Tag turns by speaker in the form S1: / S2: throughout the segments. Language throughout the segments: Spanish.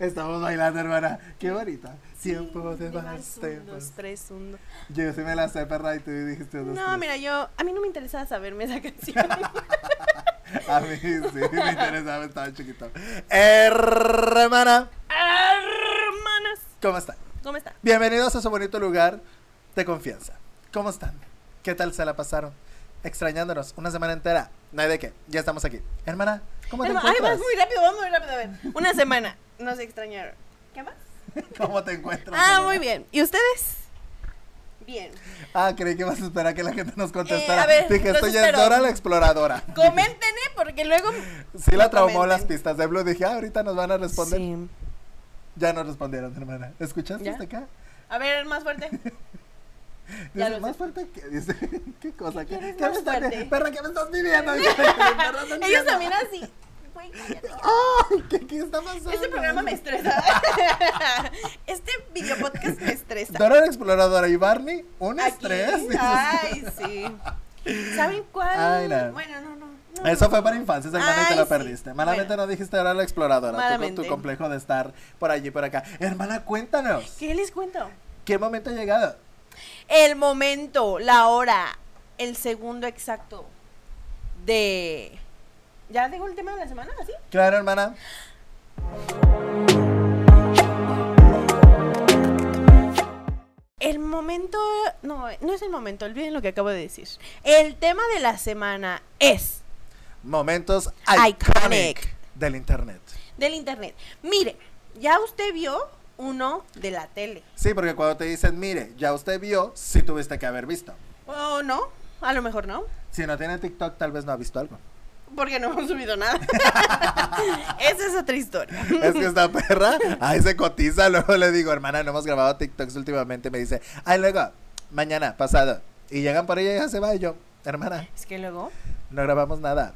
S1: Estamos bailando, hermana. Qué bonita. Tiempo de más
S2: Un,
S1: tiempo.
S2: dos, tres, un, dos.
S1: Yo sí me la sé, perra, y tú dijiste dos.
S2: No,
S1: tres.
S2: mira, yo. A mí no me interesaba saberme esa canción.
S1: A mí sí, me interesaba, estaba chiquito. Hermana,
S2: Hermanas,
S1: ¿cómo están?
S2: ¿cómo está?
S1: Bienvenidos a su bonito lugar de confianza. ¿Cómo están? ¿Qué tal se la pasaron? Extrañándonos una semana entera. No hay de qué, ya estamos aquí. Hermana, ¿cómo te
S2: Herma- Ay,
S1: encuentras?
S2: vas muy rápido, vamos muy rápido. A ver, una semana. Nos extrañaron. ¿Qué más?
S1: ¿Cómo te encuentras?
S2: Ah,
S1: hermana?
S2: muy bien. ¿Y ustedes? Bien.
S1: Ah, creí que vas a esperar a que la gente nos contestara.
S2: Eh, a ver,
S1: Dije,
S2: los
S1: esto ya es
S2: espero.
S1: Dora la exploradora.
S2: Coméntenme ¿eh? porque luego.
S1: Sí la traumó
S2: comenten.
S1: las pistas de Blue. Dije, ah, ahorita nos van a responder.
S2: Sí.
S1: Ya nos respondieron, hermana. ¿Escuchaste
S2: ¿Ya?
S1: hasta acá?
S2: A ver, más fuerte. Ya
S1: Dice,
S2: lo
S1: más fuerte que dice, ¿qué cosa? ¿Qué,
S2: ¿Quieres
S1: qué me
S2: más
S1: estás
S2: fuerte?
S1: Perra, ¿qué me estás pidiendo? Dice, "Perra, no
S2: Ellos
S1: entiendo".
S2: también así. Güey, cállate.
S1: ¡Ay! ¿qué, qué está pasando?
S2: Este programa me estresa. Este video podcast me estresa.
S1: Dora la exploradora y Barney, un
S2: Aquí.
S1: estrés. dices.
S2: Ay, sí. ¿Saben cuál?
S1: Ay, no.
S2: Bueno, no, no. no,
S1: Eso
S2: no.
S1: fue para infancia, hermana, y te
S2: Ay,
S1: lo
S2: sí.
S1: perdiste. Malamente
S2: Bueno.
S1: no dijiste Dora la exploradora. Tú con tu
S2: Malamente.
S1: complejo de estar por allí, por acá. Hermana, cuéntanos.
S2: ¿Qué les cuento?
S1: ¿Qué momento ha llegado?
S2: El momento, la hora, el segundo exacto de... ¿Ya digo el tema de la semana? ¿Así?
S1: Claro, hermana.
S2: El momento... No, no es el momento, olviden lo que acabo de decir. El tema de la semana es...
S1: Momentos
S2: Iconic.
S1: iconic del internet.
S2: del internet. Mire, ya usted vio uno de la tele.
S1: Sí, porque cuando te dicen, mire, ya usted vio, sí tuviste que haber visto.
S2: ¿O no? A lo mejor no.
S1: Si no tiene TikTok, tal vez no ha visto algo.
S2: Porque no hemos subido nada. Esa es otra historia.
S1: Es que esta perra, ahí se cotiza. Luego le digo, hermana, no hemos grabado TikToks últimamente. Me dice, ay, luego, mañana, pasado. Y llegan por ella y ya se va. Y yo, hermana,
S2: Es que luego.
S1: no grabamos nada.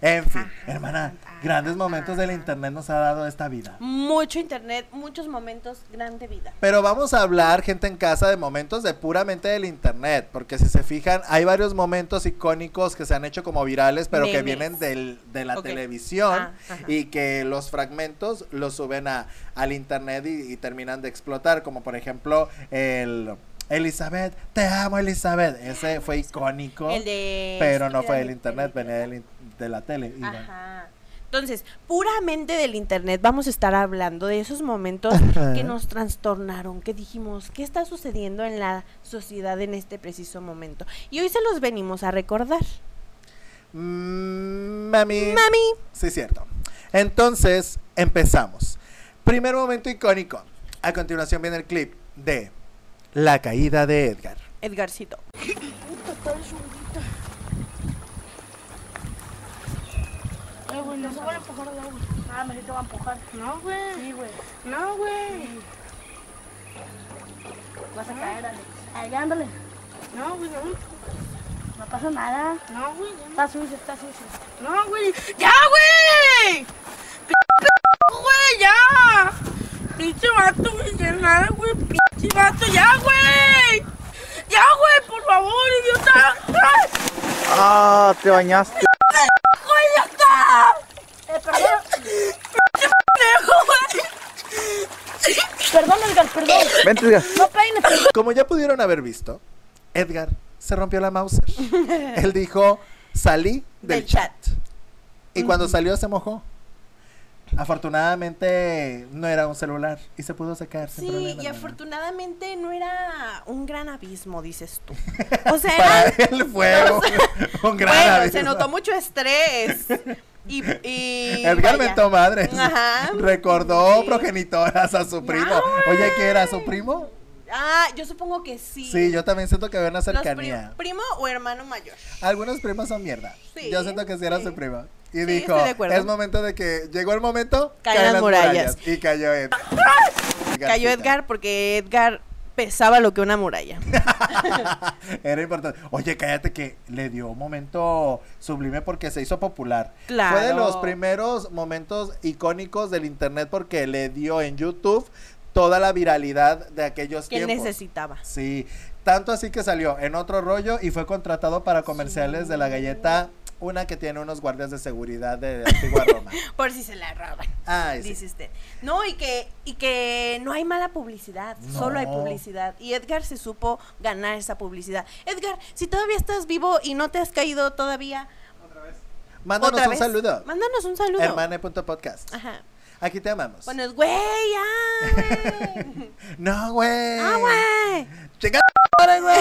S1: En fin,
S2: Ajá,
S1: hermana,
S2: ajá,
S1: grandes
S2: ajá.
S1: momentos del internet nos ha dado esta vida.
S2: Mucho internet, muchos momentos, grande vida.
S1: Pero vamos a hablar, gente en casa, de momentos de puramente del internet, porque si se fijan, hay varios momentos icónicos que se han hecho como virales, pero que
S2: Memes.
S1: vienen del- de la
S2: Ok.
S1: televisión
S2: Ah, ajá.
S1: y que los fragmentos los suben a, al internet y, y terminan de explotar, como por ejemplo el... Elizabeth, te amo Elizabeth. Ese fue icónico,
S2: El de.
S1: pero no fue del
S2: del
S1: internet, venía del in- de la tele. y bueno.
S2: Ajá. Entonces, puramente del internet vamos a estar hablando de esos momentos
S1: Ajá.
S2: que nos trastornaron, que dijimos, ¿qué está sucediendo en la sociedad en este preciso momento? Y hoy se los venimos a recordar.
S1: Mm, mami.
S2: Mami,
S1: Sí, cierto. Entonces, empezamos. Primer momento icónico. A continuación viene el clip de La caída de Edgar.
S2: Edgarcito.
S3: Eh, güey, no se van a empujar al agua. Ah, me te va a empujar. No, güey. Sí, güey. No, güey. Vas a caer, Alex. Ahí, ándale. No, güey, no. No pasa nada. No, güey. Está sucio, está sucio. No, güey. ¡Ya, güey! ¡Pinche güey, ya! ¡Pinche vato, güey, ya nada, güey! ¡Pinche vato, ya, güey! ¡Ya, güey, por favor, idiota! ¡Ay!
S4: Ah, te bañaste.
S3: ¡Güey, ya está! Eh, perdón. Perdón, Edgar, perdón.
S4: Vente, diga.
S3: No peines.
S1: Como ya pudieron haber visto, Edgar se rompió la Mauser. Él dijo, salí del,
S2: Del
S1: chat.
S2: chat.
S1: Y cuando salió se mojó. Afortunadamente no era un celular y se pudo sacar sin
S2: Sí,
S1: problema,
S2: y
S1: hermana.
S2: afortunadamente no era un gran abismo, dices tú. O sea,
S1: Para
S2: era-
S1: él fue
S2: No, o
S1: un, un gran
S2: bueno,
S1: aviso.
S2: se notó mucho estrés. Y, y
S1: Edgar
S2: vaya.
S1: mentó madres.
S2: Ajá.
S1: Recordó
S2: Sí.
S1: progenitoras a su primo. Oye, ¿qué era su primo?
S2: Ah, yo supongo que sí.
S1: Sí. yo también siento que había una
S2: Los pri-
S1: cercanía.
S2: primo o hermano mayor.
S1: Algunos primos son mierda.
S2: Sí,
S1: yo siento que sí era
S2: sí.
S1: su primo. Y
S2: Sí,
S1: dijo,
S2: estoy de acuerdo.
S1: es momento de que llegó el momento,
S2: Caen las murallas.
S1: Y cayó Edgar.
S2: Cayó Edgar porque Edgar pesaba lo que una muralla.
S1: Era importante. Oye, cállate que le dio un momento sublime porque se hizo popular.
S2: Claro.
S1: Fue de los primeros momentos icónicos del internet porque le dio en YouTube toda la viralidad de aquellos
S2: Que él
S1: tiempos.
S2: necesitaba.
S1: Sí, tanto así que salió en otro rollo y fue contratado para comerciales de la galleta Una que tiene unos guardias de seguridad de la antigua Roma.
S2: Por si se la roban.
S1: Ay, sí.
S2: dice usted. No, y que, y que no hay mala publicidad,
S1: No.
S2: solo hay publicidad. Y Edgar se supo ganar esa publicidad. Edgar, si todavía estás vivo y no te has caído todavía,
S1: Mándanos
S2: otra
S1: un
S2: vez,
S1: saludo.
S2: Mándanos un saludo.
S1: Hermane.podcast.
S2: Ajá.
S1: Aquí te amamos.
S2: Bueno, güey, ah, güey.
S1: No, güey.
S2: ah, güey.
S1: Chingada madre, güey.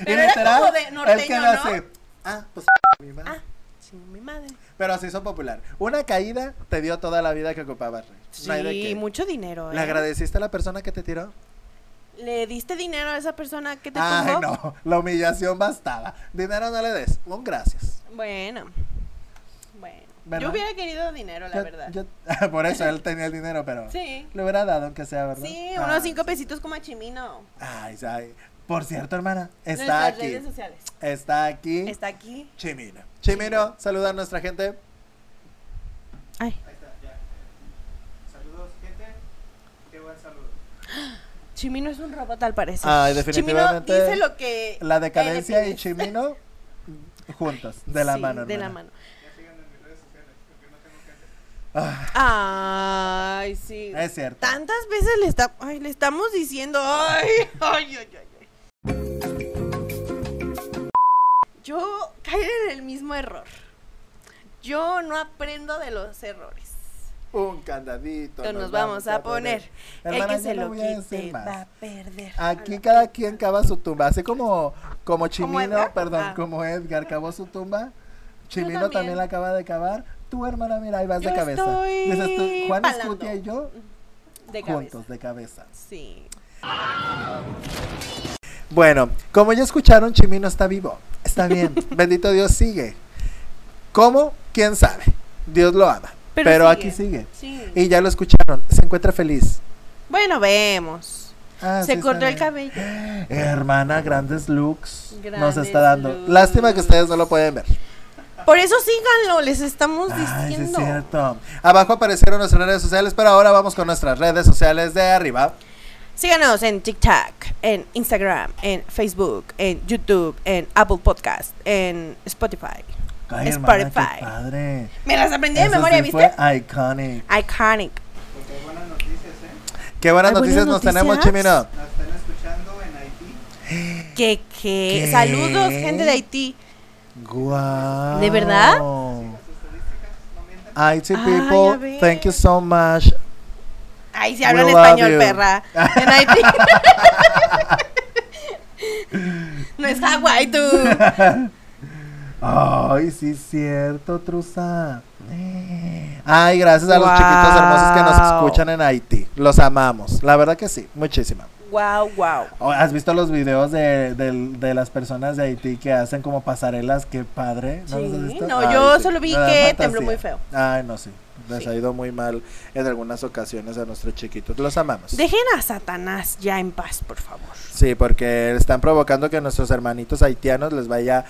S1: Y
S2: Pero era
S1: literal,
S2: como de norteño,
S1: el que lo
S2: ¿no?
S1: hace, Ah, pues mi madre.
S2: Ah, ching, mi madre.
S1: Pero se hizo popular. Una caída te dio toda la vida que ocupabas. Rey. No hay de
S2: Sí,
S1: qué.
S2: mucho dinero.
S1: ¿Le
S2: ¿eh?
S1: agradeciste a la persona que te tiró?
S2: ¿Le diste dinero a esa persona que te
S1: Ay,
S2: tumbó?
S1: no. La humillación bastaba. Dinero no le des. Un gracias.
S2: Bueno. Bueno. Yo
S1: ¿Verdad?
S2: hubiera querido dinero, la
S1: Yo-
S2: verdad.
S1: yo- por eso él tenía el dinero, pero.
S2: Sí.
S1: Le hubiera dado, aunque sea, ¿verdad?
S2: Sí,
S1: Ah,
S2: unos cinco pesitos como a Chimino.
S1: Ay, ay. Por cierto, hermana, está
S2: Nuestras
S1: aquí.
S2: redes sociales.
S1: Está aquí.
S2: Está aquí.
S1: Chimino. Chimino, saluda a nuestra gente.
S2: Ay.
S4: Saludos, gente. Qué buen saludo.
S2: Chimino es un robot al parecer.
S1: Ay,
S2: Chimino
S1: definitivamente,
S2: dice lo que.
S1: La decadencia
S2: él
S1: y
S2: piensa.
S1: Chimino juntos, de la
S2: Sí,
S1: mano.
S2: De la
S1: hermana.
S2: mano.
S4: Ya síganme en mis redes sociales, porque no tengo que hacer.
S2: Ay, sí.
S1: Es cierto.
S2: Tantas veces le, está, ay, le estamos diciendo. Ay, ay, ay, ay, ay. Yo caer en el mismo error. Yo no aprendo de los errores.
S1: Un candadito.
S2: Nos, vamos a poner. El
S1: Hermana,
S2: que
S1: yo
S2: se
S1: no
S2: lo
S1: voy a decir
S2: quite
S1: más. Ah,
S2: va a perder.
S1: Aquí cada quien cava su tumba, así como, como Chimino,
S2: Edgar?
S1: perdón,
S2: Ah.
S1: como Edgar cavó su tumba. Chimino también.
S2: también.
S1: la acaba de cavar. Tu hermana, mira, ahí vas
S2: Yo
S1: de cabeza.
S2: estoy
S1: Dices tú, Juan
S2: palando.
S1: Escutia y yo
S2: De cabeza.
S1: juntos, de cabeza.
S2: Sí.
S1: Bueno, como ya escucharon, Chimino está vivo. Está bien. Bendito Dios sigue. ¿Cómo? ¿Quién sabe? Dios lo ama. Pero,
S2: Pero sigue.
S1: aquí sigue.
S2: Sí.
S1: Y ya lo escucharon. Se encuentra feliz.
S2: Bueno, vemos.
S1: Ah,
S2: Se
S1: sí,
S2: cortó
S1: está
S2: el
S1: bien.
S2: cabello.
S1: Hermana, grandes looks nos
S2: Grandes
S1: está dando.
S2: looks.
S1: Lástima que ustedes no lo pueden ver.
S2: Por eso síganlo, les estamos
S1: Ay, Ah, sí es
S2: diciendo.
S1: cierto. Abajo aparecieron nuestras redes sociales, pero ahora vamos con nuestras redes sociales de arriba.
S2: Síganos en TikTok, en Instagram, en Facebook, en YouTube, en Apple Podcast, en Spotify.
S1: Ay, hermana, qué
S2: Spotify.
S1: padre.
S2: Me las aprendí de
S1: Eso
S2: memoria,
S1: sí
S2: ¿viste?
S1: Fue iconic.
S2: iconic.
S4: Porque hay buenas noticias, ¿eh?
S1: Qué buenas
S2: Ay, buenas
S1: noticias nos tenemos,
S2: noticias.
S1: Chimino.
S4: Nos están escuchando en Haití.
S2: Que, que.
S1: ¿Qué?
S2: Saludos, gente de Haití.
S1: Wow.
S2: ¿De verdad?
S4: Las estadísticas no mienten.
S1: IT
S2: Ah,
S1: people,
S2: ya ve.
S1: thank you so much.
S2: Ay, si
S1: We
S2: hablan
S1: love
S2: español,
S1: you.
S2: perra. En Haití. no está guay tú.
S1: Ay, sí, es cierto, Trusa. Ay, gracias a los
S2: Wow.
S1: chiquitos hermosos que nos escuchan en Haití. Los amamos. La verdad que sí, muchísimo.
S2: Wow, wow.
S1: Oh, ¿Has visto los videos de, del- de las personas de Haití que hacen como pasarelas? Qué padre.
S2: Sí,
S1: los has visto?
S2: no, yo solo vi
S1: me da
S2: que
S1: fantasía.
S2: tembló muy feo.
S1: Ay, no, sí. Les ha ido muy mal en algunas ocasiones a nuestros chiquitos. Los amamos.
S2: Dejen a Satanás ya en paz, por favor.
S1: Sí, porque están provocando que a nuestros hermanitos haitianos les vaya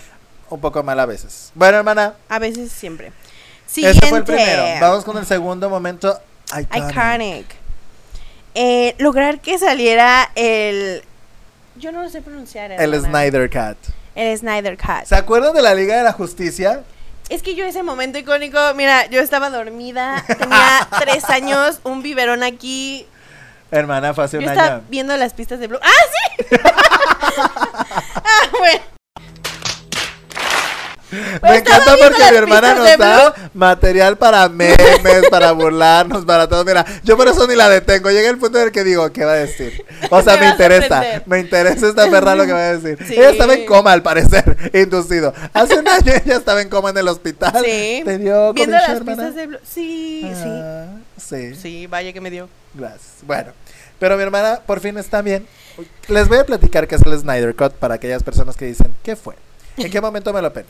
S1: un poco mal a veces. Bueno, hermana,
S2: A veces siempre.
S1: ese
S2: Siguiente.
S1: fue el primero. Vamos con el segundo momento. Iconic.
S2: Iconic. Eh, lograr que saliera el. Yo no lo sé pronunciar.
S1: El
S2: hermana.
S1: Snyder Cat.
S2: El Snyder Cut.
S1: ¿Se acuerdan de la Liga de la Justicia?
S2: Es que yo ese momento icónico, mira, yo estaba dormida, tenía tres años, un biberón aquí.
S1: Hermana, fue hace
S2: Yo
S1: un
S2: estaba
S1: año.
S2: viendo las pistas de Blue. ¡Ah, sí! ah, bueno.
S1: Me
S2: estaba
S1: encanta
S2: viendo
S1: porque
S2: Pues, las
S1: mi hermana
S2: pistas
S1: nos
S2: de
S1: da material para memes, para burlarnos, para todo. Mira, yo por eso ni la detengo. Llega el punto en el que digo, ¿qué va a decir? O sea,
S2: Me
S1: me
S2: va a
S1: interesa.
S2: sorprender.
S1: Me interesa esta perra lo que va a decir.
S2: Sí.
S1: Ella estaba en coma, al parecer, inducido. Hace un año ella estaba en coma en el hospital.
S2: Sí.
S1: ¿Te dio
S2: Viendo las
S1: cobicho, hermana?
S2: pistas de Blue. Sí,
S1: Ah, sí.
S2: sí. Sí, vaya que me dio.
S1: Gracias. Bueno, pero mi hermana por fin está bien. Les voy a platicar qué es el Snyder Cut para aquellas personas que dicen, ¿qué fue? ¿En qué momento me lo perdí?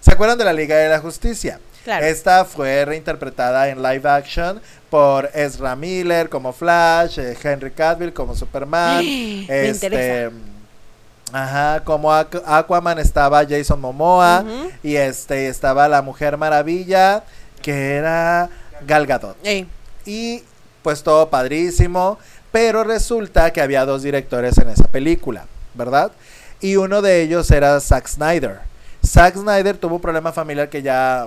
S1: ¿Se acuerdan de la Liga de la Justicia?
S2: Claro.
S1: Esta fue reinterpretada en live action por Ezra Miller como Flash, eh, Henry Cavill como Superman. Este,
S2: Me interesa.
S1: Ajá, como Aqu- Aquaman estaba Jason Momoa
S2: Ujú.
S1: y este estaba la Mujer Maravilla que era Gal Gadot.
S2: Ey.
S1: Y pues todo padrísimo. Pero resulta que había dos directores en esa película, ¿verdad? Y uno de ellos era Zack Snyder, Zack Snyder tuvo un problema familiar que ya,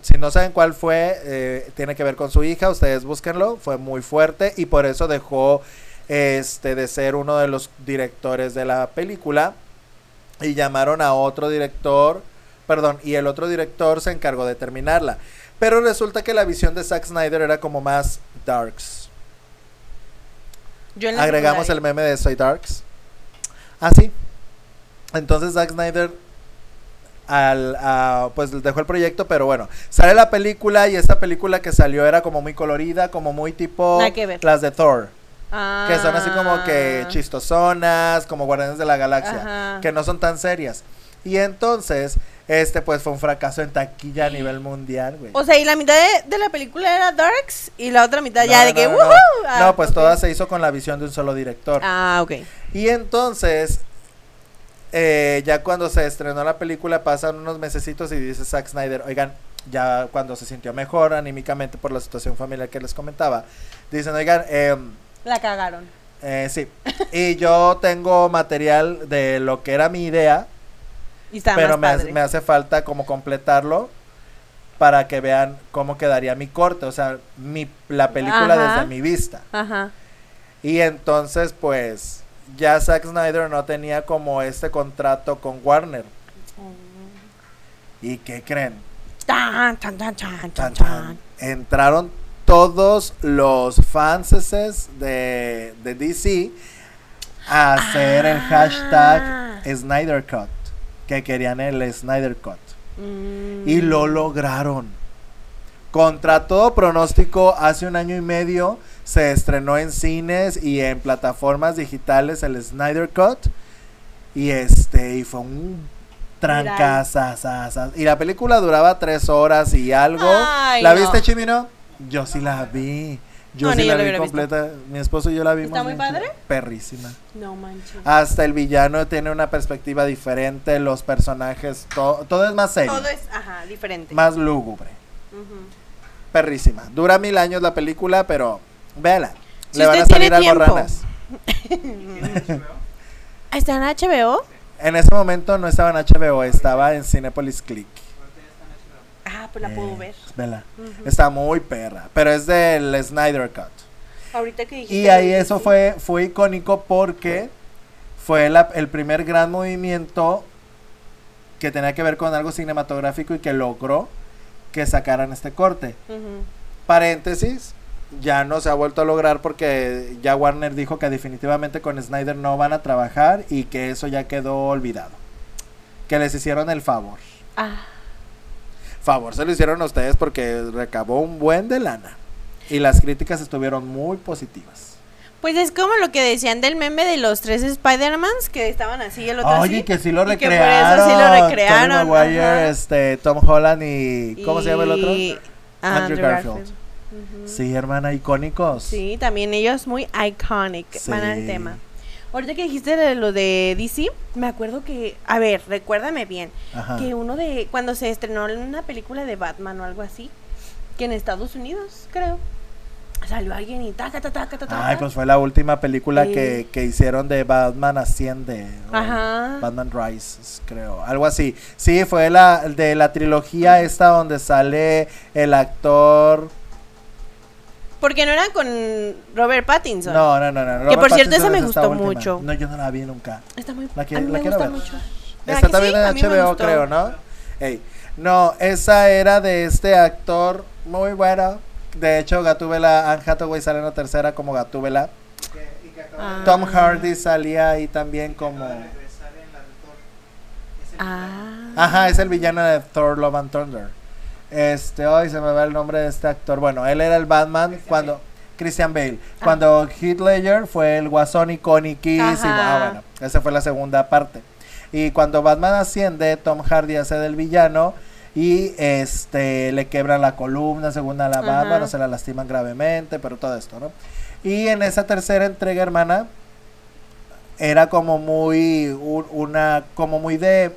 S1: si no saben cuál fue, eh, tiene que ver con su hija, ustedes búsquenlo, fue muy fuerte y por eso dejó este, de ser uno de los directores de la película y llamaron a otro director, perdón, y el otro director se encargó de terminarla. Pero resulta que la visión de Zack Snyder era como más darks.
S2: Yo en la
S1: Agregamos el
S2: secundaria.
S1: meme de Soy Darks. Así. Entonces Zack Snyder al, a- pues dejó el proyecto, pero bueno, sale la película y esta película que salió era como muy colorida, como muy tipo
S2: Nada que ver.
S1: las de Thor.
S2: Ah.
S1: Que son así como que chistosonas, como Guardianes de la Galaxia,
S2: Ajá.
S1: que no son tan serias. Y entonces, este pues fue un fracaso en taquilla a nivel mundial, güey.
S2: O sea, y la mitad de, de la película era Darks y la otra mitad ya
S1: No,
S2: de
S1: no,
S2: que
S1: no, no.
S2: "Woohoo". Ah,
S1: No, pues
S2: ok.
S1: toda se hizo con la visión de un solo director.
S2: Ah, ok.
S1: Y entonces, eh, ya cuando se estrenó la película, pasan unos mesecitos y dice Zack Snyder, oigan, ya cuando se sintió mejor anímicamente por la situación familiar que les comentaba, dicen, oigan, em,
S2: La cagaron.
S1: eh, sí, y yo tengo material de lo que era mi idea,
S2: Y está
S1: pero
S2: más
S1: me, hace-
S2: padre.
S1: me hace falta como completarlo para que vean cómo quedaría mi corte, o sea, mi, la película
S2: Ajá.
S1: desde mi vista.
S2: Ajá.
S1: Y entonces, pues, ya Zack Snyder no tenía como este contrato con Warner. ¿Y qué creen?
S2: Tan, tan, tan, tan,
S1: Chan,
S2: tan,
S1: chan.
S2: tan.
S1: Entraron todos los fanses de, de DC a hacer el
S2: Ah.
S1: hashtag Snyder Cut, que querían el Snyder Cut.
S2: Mm.
S1: Y lo lograron. Contra todo pronóstico, hace un año y medio se estrenó en cines y en plataformas digitales el Snyder Cut. Y este, y fue un trancasasasas. Y la película duraba tres horas y algo.
S2: Ay,
S1: ¿La
S2: no.
S1: viste, Chimino? Yo sí la vi. Yo
S2: No,
S1: sí
S2: ni
S1: la
S2: yo la
S1: vi
S2: hubiera visto.
S1: completa. Mi esposo y yo la vimos.
S2: ¿Está muy
S1: bien
S2: padre?
S1: Perrísima.
S2: No manches.
S1: Hasta el villano tiene una perspectiva diferente, los personajes, to- todo es más serio
S2: Todo es, ajá, diferente.
S1: más lúgubre.
S2: Ujú.
S1: Perrísima. Dura mil años la película, pero véala.
S2: Si
S1: Le van a
S2: usted tiene
S1: salir algo
S2: tiempo.
S1: raras.
S2: ¿Está en HBO?
S1: En ese momento no estaba en HBO, estaba en Cinepolis Click.
S2: Ah, pues la puedo
S1: Eh,
S2: ver.
S1: Vela.
S2: Ujú.
S1: Está muy perra, pero es del Snyder Cut.
S2: Ahorita que dijiste.
S1: Y ahí eso fue, fue icónico porque fue la- el primer gran movimiento que tenía que ver con algo cinematográfico y que logró que sacaran este corte.
S2: Ujú.
S1: paréntesis, ya no se ha vuelto a lograr porque ya Warner dijo que definitivamente con Snyder no van a trabajar y que eso ya quedó olvidado. Que les hicieron el favor.
S2: Ah,
S1: Favor se lo hicieron a ustedes porque recabó un buen de lana. Y las críticas estuvieron muy positivas.
S2: Pues es como lo que decían del meme de los tres Spider-Mans que estaban así y el otro
S1: Oye,
S2: así.
S1: que sí lo
S2: y que por
S1: recrearon.
S2: eso sí lo
S1: Tobey
S2: recrearon,
S1: Maguire,
S2: ajá.
S1: este, Tom Holland y... ¿Cómo se llama el otro?
S2: Y- ah,
S1: Andrew
S2: Andrew
S1: Garfield.
S2: Garfield.
S1: Sí, hermana, icónicos.
S2: Sí, también ellos muy iconic van
S1: Sí.
S2: al tema. Ahorita que dijiste de lo de DC, me acuerdo que, a ver, recuérdame bien,
S1: Ajá.
S2: que uno de, cuando se estrenó una película de Batman o algo así, que en Estados Unidos, creo, salió alguien y ta, ta, ta, ta, ta, ta, ta,
S1: Ay, pues fue la última película
S2: Sí.
S1: que, que hicieron de Batman Asciende. o
S2: Ajá.
S1: Batman Rises, creo. Algo así. Sí, fue la de la trilogía esta donde sale el actor.
S2: Porque no era con Robert Pattinson.
S1: No, no, no, no.
S2: Que por
S1: Robert
S2: cierto, esa
S1: Pattinson
S2: me
S1: es esta
S2: gustó
S1: última.
S2: mucho.
S1: No, yo no la vi nunca.
S2: Está muy
S1: La, que-
S2: a mí
S1: la
S2: me
S1: quiero
S2: gusta
S1: ver.
S2: mucho. ¿Verdad
S1: Está
S2: que
S1: también
S2: sí? A mí
S1: en
S2: me
S1: HBO,
S2: gustó.
S1: creo, ¿no? Ey. No, esa era de este actor muy bueno. De hecho, Gatúbela, Anne Hathaway sale en la tercera como Gatúbela.
S4: Y que, y que acaba
S2: Ah.
S1: Tom Hardy salía ahí también como.
S4: de regresar en la de Thor. Es el
S2: Ah.
S1: Ajá, es el villano de Thor Love and Thunder. Este, hoy se me va el nombre de este actor. Bueno, él era el Batman cuando Christian Bale. Cuando Heath Ledger fue el guasón icóniquísimo.
S2: Ajá.
S1: Ah, bueno, esa fue la segunda parte. Y cuando Batman asciende, Tom Hardy hace del villano y este le quebra la columna, según a la
S2: Ajá.
S1: Batman, o se la lastiman gravemente, pero todo esto, ¿no? Y en esa tercera entrega, hermana, era como muy u- una como muy de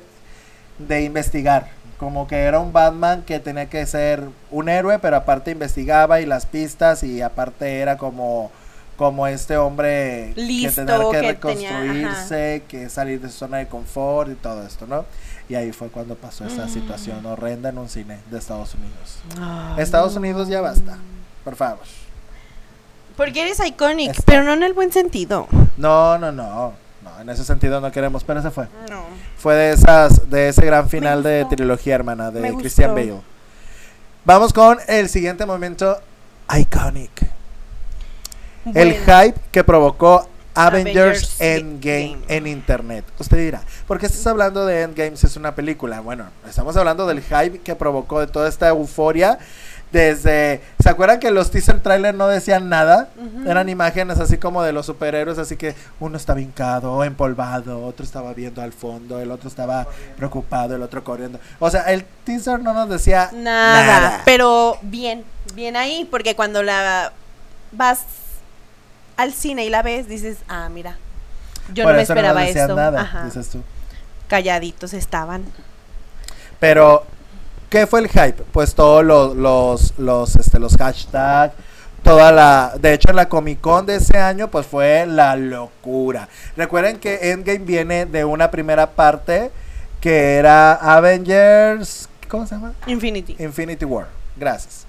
S1: de investigar como que era un Batman que tenía que ser un héroe pero aparte investigaba y las pistas y aparte era como como este hombre
S2: Listo,
S1: que tener que,
S2: que tenía,
S1: reconstruirse, que salir de su zona de confort y todo esto, ¿no? Y ahí fue cuando pasó
S2: Mm.
S1: esa situación horrenda en un cine de Estados Unidos. Estados Unidos ya basta, por favor.
S2: Porque eres iconic,
S1: Está-
S2: pero no en el buen sentido.
S1: No, no, no, no, en ese sentido no queremos, pero ese fue.
S2: No.
S1: Fue de esas, de ese gran final de
S2: gustó.
S1: trilogía hermana de
S2: Me gustó.
S1: Christian Bale. Vamos con el siguiente momento iconic. El hype que provocó Avengers,
S2: Avengers
S1: Endgame
S2: Endgame.
S1: en internet. Usted dirá, ¿por qué estás hablando de Endgame si es una película? Bueno, estamos hablando del hype que provocó de toda esta euforia. Desde, ¿se acuerdan que los teaser trailer no decían nada?
S2: Ujú.
S1: Eran imágenes así como de los superhéroes, así que uno estaba hincado, empolvado, otro estaba viendo al fondo, el otro estaba preocupado, el otro corriendo. O sea, el teaser no nos decía
S2: Nada,
S1: nada.
S2: pero bien, bien ahí, porque cuando la vas al cine y la ves, dices, ah, mira, yo
S1: Por
S2: no me
S1: eso
S2: esperaba
S1: nos decían
S2: esto.
S1: nada,
S2: Ajá.
S1: dices tú.
S2: Calladitos estaban.
S1: Pero, ¿qué fue el hype? Pues todos los, los, los, este, los hashtags, toda la... De hecho, en la Comic Con de ese año, pues fue la locura. Recuerden que Endgame viene de una primera parte que era Avengers... ¿Cómo se llama?
S2: Infinity.
S1: Infinity War. Gracias.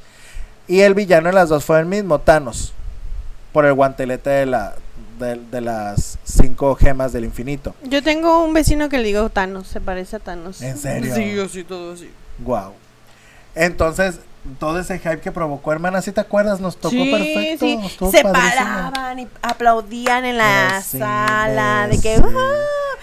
S1: Y el villano en las dos fue el mismo, Thanos. Por el guantelete de, la, de, de las cinco gemas del infinito.
S2: Yo tengo un vecino que le digo Thanos, se parece a Thanos.
S1: ¿En serio?
S2: Sí, así, todo así.
S1: Wow. Entonces, todo ese hype que provocó, hermana, si te acuerdas, nos tocó
S2: sí,
S1: perfecto.
S2: sí.
S1: estuvo
S2: Se
S1: padrísimo.
S2: paraban y aplaudían en la
S1: Los cines,
S2: sala, de que,
S1: sí.
S2: "Ujú",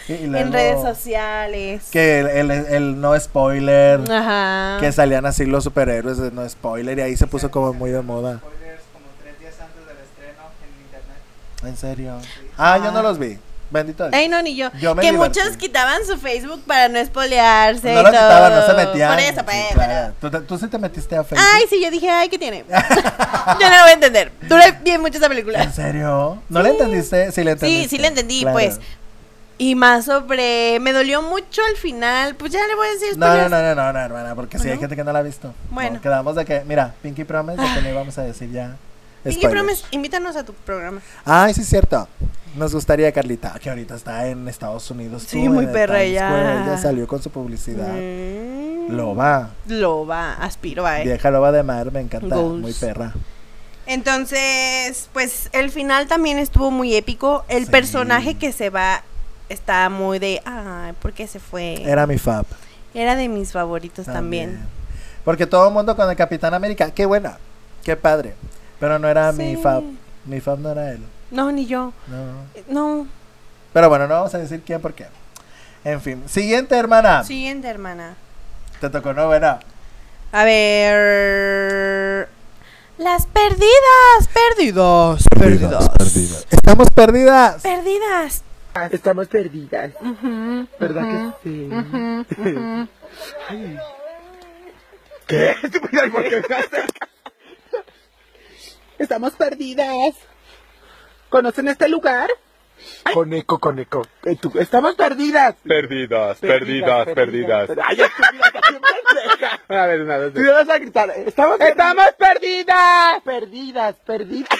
S1: Y- y
S2: en
S1: luego
S2: redes sociales.
S1: Que el, el- el no spoiler,
S2: Ajá.
S1: que salían así los superhéroes de no spoiler, y ahí se puso como muy de moda.
S4: Spoilers como tres días antes del estreno en internet.
S1: En serio. Ah, yo no
S2: Ah.
S1: los vi. Bendito Dios.
S2: Ay, no, ni yo.
S1: Yo me
S2: que
S1: divertí.
S2: muchos quitaban su Facebook para no espolearse.
S1: No
S2: y
S1: lo quitaban, no se
S2: todo.
S1: metían.
S2: Por eso,
S1: Sí,
S2: pues,
S1: claro. ¿Tú, te- tú sí te metiste a
S2: pero-
S1: Facebook.
S2: Ay, sí, yo dije, ay, ¿qué tiene? yo no lo voy a entender. Duré bien mucho esa película.
S1: ¿En serio? ¿No la entendiste? Sí, la entendí.
S2: Sí, sí la entendí, pues. Y más sobre. Me dolió mucho al final. Pues ya le voy a decir.
S1: No, no,
S2: spoilers.
S1: no, no, no, no, hermana, porque si hay
S2: ¿No?
S1: gente que no la ha visto.
S2: Bueno. Ah.
S1: No, quedamos de que, mira, Pinky Promise, de que no íbamos a decir ya.
S2: Pinky
S1: spoilers.
S2: Promise, invítanos a tu programa.
S1: Ay, sí es cierto. Nos gustaría Carlita, que ahorita está en Estados Unidos.
S2: Sí,
S1: tú, en
S2: muy
S1: el
S2: perra
S1: Times
S2: ya.
S1: Square, Ella salió con su publicidad.
S2: Mm.
S1: Loba,
S2: Loba, aspiro a eh. él.
S1: vieja loba de mar, me encanta,
S2: Goals.
S1: muy perra.
S2: Entonces, pues el final también estuvo muy épico. El
S1: Sí.
S2: personaje que se va está muy de, ay, ¿por qué se fue? Era,
S1: Era mi fab.
S2: de mis favoritos Pues también.
S1: Porque todo el mundo con el Capitán América, qué buena, qué padre. Pero no era mi
S2: Sí.
S1: fab, mi fab no era él.
S2: No, ni yo.
S1: No.
S2: No.
S1: Pero bueno, no vamos a decir quién por qué. En fin, siguiente hermana.
S2: Siguiente, hermana.
S1: Te tocó novena.
S2: A ver. Las perdidas, perdidos, perdidos. Perdidas.
S1: Estamos perdidas.
S2: Perdidas.
S5: Estamos perdidas. ¿Verdad que sí? Ay. ¿Qué? Estúpida, ¿y por qué me acercas? Estamos perdidas. ¿Conocen este lugar? Coneco, coneco. Estamos perdidas.
S6: Perdidas, perdidas, perdidas.
S5: Ay, estúpida, ¿por qué me acercas?
S6: Una vez, una vez.
S5: Tú ibas a gritar. eh, Estamos Estamos perdidas. Perdidas, perdidas.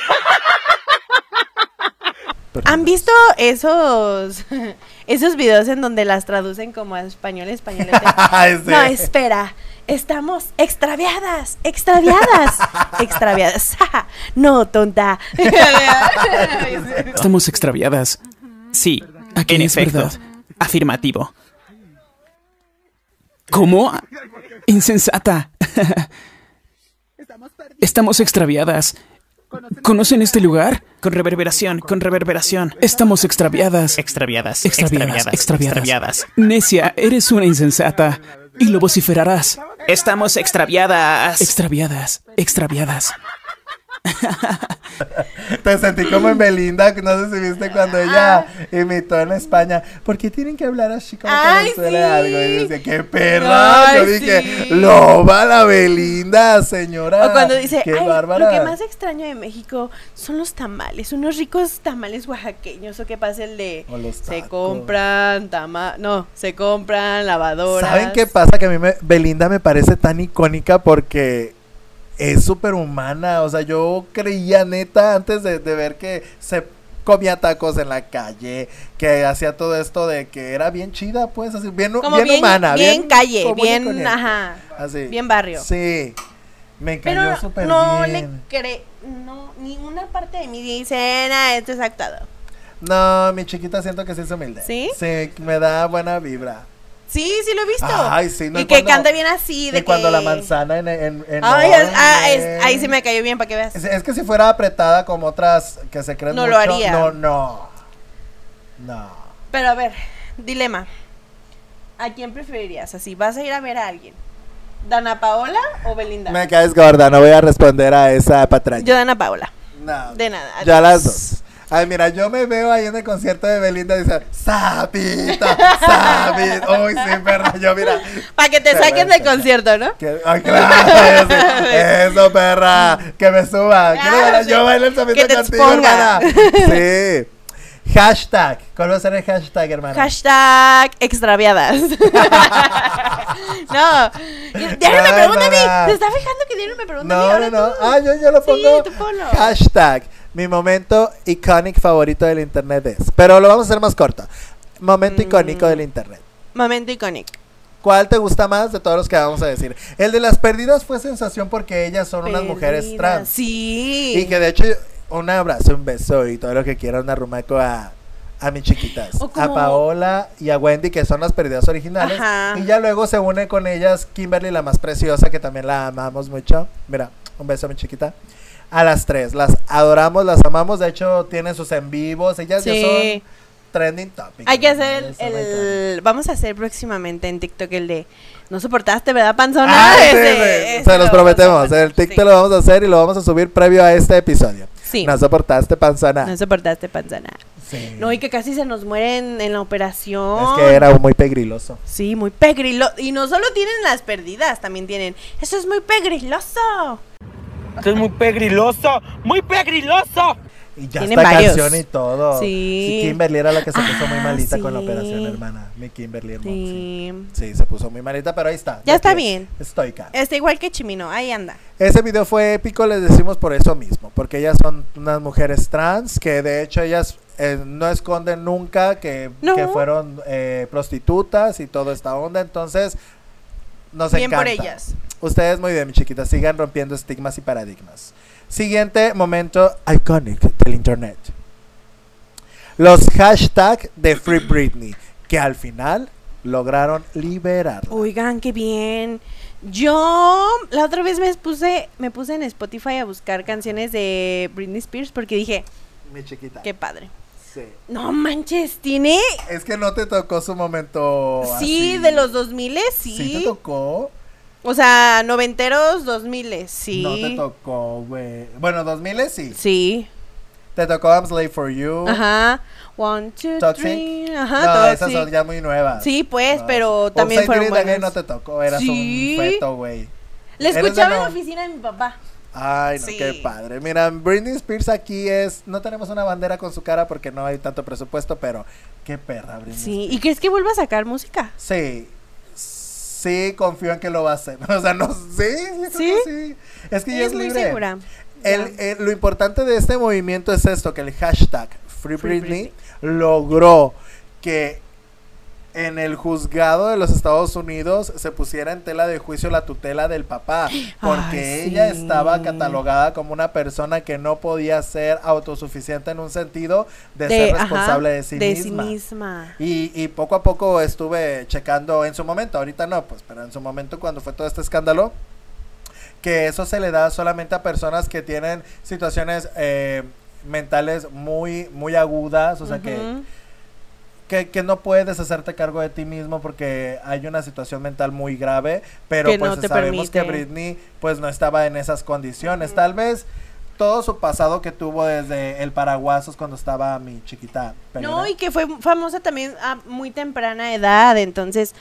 S2: ¿Han visto esos esos videos en donde las traducen como a español, español?
S1: Ay, sí.
S2: No, espera. Estamos extraviadas, extraviadas, extraviadas. no, tonta.
S7: Estamos extraviadas. Sí, en efecto. Afirmativo. ¿Cómo? Insensata. Estamos extraviadas. ¿Conocen este lugar? Con reverberación, con reverberación. Estamos extraviadas. Extraviadas. Extraviadas. Extraviadas. Necia, eres una insensata. Y lo vociferarás. Estamos extraviadas. Extraviadas. Extraviadas.
S1: Te sentí como en Belinda, que no sé si viste cuando
S2: Ah.
S1: ella imitó en España. ¿Por qué tienen que hablar así como
S2: Ay,
S1: que nos duele
S2: sí.
S1: algo? Y yo decía, qué perra.
S2: Ay,
S1: Yo dije,
S2: sí.
S1: loba la Belinda, señora.
S2: O cuando dice,
S1: Ah, qué
S2: "Ay,
S1: bárbara.
S2: lo que más extraño de México son los tamales, unos ricos tamales oaxaqueños, o que pasa el de
S1: O los
S2: se
S1: tacos.
S2: compran tama, no, se compran lavadoras.
S1: ¿Saben qué pasa? Que a mí me- Belinda me parece tan icónica porque es superhumana. O sea, yo creía neta antes de, de ver que se comía tacos en la calle, que hacía todo esto de que era bien chida, pues, así, bien,
S2: Como
S1: bien
S2: bien-
S1: humana.
S2: bien calle,
S1: común y
S2: bien,
S1: corriente.
S2: ajá,
S1: Así.
S2: bien barrio.
S1: Sí, me
S2: Pero
S1: cayó súper
S2: no
S1: bien.
S2: le cree, no, ninguna parte de mí dice, nada, esto es actuado.
S1: No, mi chiquita siento que sí es humilde.
S2: ¿Sí?
S1: Sí, me da buena vibra.
S2: Sí, sí lo he visto.
S1: Ay, sí, no,
S2: y
S1: y
S2: que
S1: cuando-
S2: canta bien así, de
S1: y cuando
S2: que-
S1: la manzana en... en, en-
S2: Ay,
S1: no,
S2: es- ah, es-
S1: hombre.
S2: ahí sí me cayó bien, para que veas.
S1: Es, es que si fuera apretada como otras que se creen
S2: No
S1: mucho,
S2: lo haría.
S1: No, no. No.
S2: Pero a ver, dilema. ¿A quién preferirías? Así, vas a ir a ver a alguien. ¿Dana Paola o Belinda?
S1: Me caes gorda, no voy a responder a esa patraña.
S2: Yo Dana Paola.
S1: No.
S2: De nada.
S1: Ya las dos. Ay, mira, yo me veo ahí en el concierto de Belinda y dice, Sapita, Sapita. Uy, sí, perra, yo mira.
S2: Para que te
S1: Se
S2: saquen del
S1: respeta.
S2: concierto, ¿no?
S1: que- ay, claro, sí. eso, perra, que me suba. Quiero
S2: Claro,
S1: bailar-
S2: Ah, sí.
S1: Yo bailo el sapito
S2: Que te
S1: contigo,
S2: exponga.
S1: hermana. Sí. Hashtag. ¿Cuál va a ser el hashtag, hermana?
S2: Hashtag extraviadas. no. Y Diario me
S1: Ay,
S2: pregunta a
S1: mamá.
S2: mí. ¿Te está fijando que Diario me pregunta a
S1: No,
S2: mí?
S1: no,
S2: Ahora
S1: no.
S2: tú.
S1: Ah, yo, yo lo
S2: Sí,
S1: pongo.
S2: tú ponlo.
S1: Hashtag. Mi momento icónico favorito del internet es. Pero lo vamos a hacer más corto. Momento icónico del internet.
S2: Momento icónico.
S1: ¿Cuál te gusta más de todos los que vamos a decir? El de las perdidas fue sensación porque ellas son unas mujeres
S2: Perdida.
S1: trans.
S2: Sí.
S1: Y que de hecho, un abrazo, un beso y todo lo que quiera un arrumaco a, a mis chiquitas.
S2: O como-
S1: A Paola y a Wendy, que son las perdidas originales.
S2: Ajá.
S1: Y ya luego se une con ellas Kimberly, la más preciosa, que también la amamos mucho. Mira, un beso a mi chiquita. A las tres, las adoramos, las amamos. De hecho, tienen sus en vivos. Ellas
S2: Sí.
S1: ya son trending topic.
S2: Hay que
S1: hermano,
S2: hacer
S1: ya
S2: el,
S1: son
S2: el- Vamos a hacer próximamente en TikTok el de. No soportaste, ¿verdad, panzona?
S1: Ah, sí,
S2: Ese-
S1: sí.
S2: ese
S1: Se los
S2: lo
S1: prometemos.
S2: vamos a-
S1: El TikTok
S2: sí.
S1: lo vamos a hacer y lo vamos a subir previo a este episodio.
S2: Sí.
S1: No soportaste, panzona.
S2: No soportaste, panzona.
S1: Sí.
S2: No, y que casi se nos mueren en la operación.
S1: Es que era muy pegriloso.
S2: Sí, muy pegriloso. Y no solo tienen las perdidas, también tienen. Eso es muy pegriloso.
S5: Esto es muy pegriloso, muy pegriloso.
S1: Y ya
S2: Tienen
S1: está
S2: varios.
S1: canción y todo.
S2: Sí.
S1: Kimberly era la que se puso
S2: Ah,
S1: muy malita con la
S2: sí.
S1: operación, hermana. Mi Kimberly hermosa. Sí.
S2: Sí.
S1: se puso muy malita, pero ahí está.
S2: Ya está
S1: pie.
S2: bien.
S1: Estoica.
S2: Está igual que Chimino, ahí anda.
S1: Ese video fue épico, les decimos por eso mismo, porque ellas son unas mujeres trans que de hecho ellas eh, no esconden nunca que,
S2: No.
S1: que fueron eh, prostitutas y toda esta onda, entonces nos
S2: Bien por
S1: encanta.
S2: ellas.
S1: Ustedes muy bien, mis chiquitas, sigan rompiendo estigmas y paradigmas. Siguiente momento icónico del internet. Los hashtags de Free Britney, que al final lograron liberarla.
S2: Oigan, qué bien. Yo la otra vez me puse, me puse en Spotify a buscar canciones de Britney Spears porque dije,
S1: Mi chiquita.
S2: qué padre.
S1: Sí.
S2: No manches, tiene.
S1: Es que no te tocó su momento.
S2: Sí,
S1: así.
S2: de los 2000, sí.
S1: Oh, ah, Sí. te tocó.
S2: O sea, noventeros, 2000, sí.
S1: No te tocó, güey. Bueno, 2000 sí.
S2: Sí.
S1: Te tocó I'm Slave for You.
S2: Ajá. One, two,
S1: Oh. Toxic.
S2: three.
S1: no,
S2: Ajá,
S1: esas son
S2: Toxic.
S1: ya muy nuevas.
S2: Sí, pues,
S1: No,
S2: pero
S1: sí.
S2: también
S1: Upside
S2: fueron
S1: Down Again
S2: buenas.
S1: no te tocó, eras
S2: Sí.
S1: un feto, güey.
S2: La
S1: Eres de
S2: escuchaba en
S1: no-
S2: la oficina de mi papá.
S1: Ay, no,
S2: Sí.
S1: qué padre. Mira, Britney Spears aquí es. No tenemos una bandera con su cara porque no hay tanto presupuesto, pero qué perra, Britney.
S2: Sí. ¿Y crees que vuelva a sacar música?
S1: Sí. Sí, confío en que lo va a hacer. O sea, no sé.
S2: ¿Sí?
S1: sí. Es que ya
S2: Ella
S1: es,
S2: es muy
S1: libre.
S2: segura.
S1: El- el- lo importante de este movimiento es esto, que el hashtag Free,
S2: Free
S1: Britney, logró que en el juzgado de los Estados Unidos se pusiera en tela de juicio la tutela del papá, porque
S2: Ay,
S1: ella
S2: sí.
S1: estaba catalogada como una persona que no podía ser autosuficiente en un sentido de,
S2: De-
S1: ser
S2: ajá,
S1: responsable de sí
S2: de
S1: misma.
S2: sí misma.
S1: Y, y poco a poco estuve checando en su momento, ahorita no, pues, pero en su momento cuando fue todo este escándalo, que eso se le da solamente a personas que tienen situaciones eh, mentales muy, muy agudas, o sea, que,
S2: Ujú.
S1: que, que no puedes hacerte cargo de ti mismo porque hay una situación mental muy grave, pero
S2: Que no
S1: pues
S2: te
S1: sabemos que
S2: permite.
S1: Britney pues no estaba en esas condiciones, tal vez... Todo su pasado que tuvo desde el paraguasos cuando estaba mi chiquita.
S2: No,
S1: pelona.
S2: y que fue famosa también a muy temprana edad. Entonces,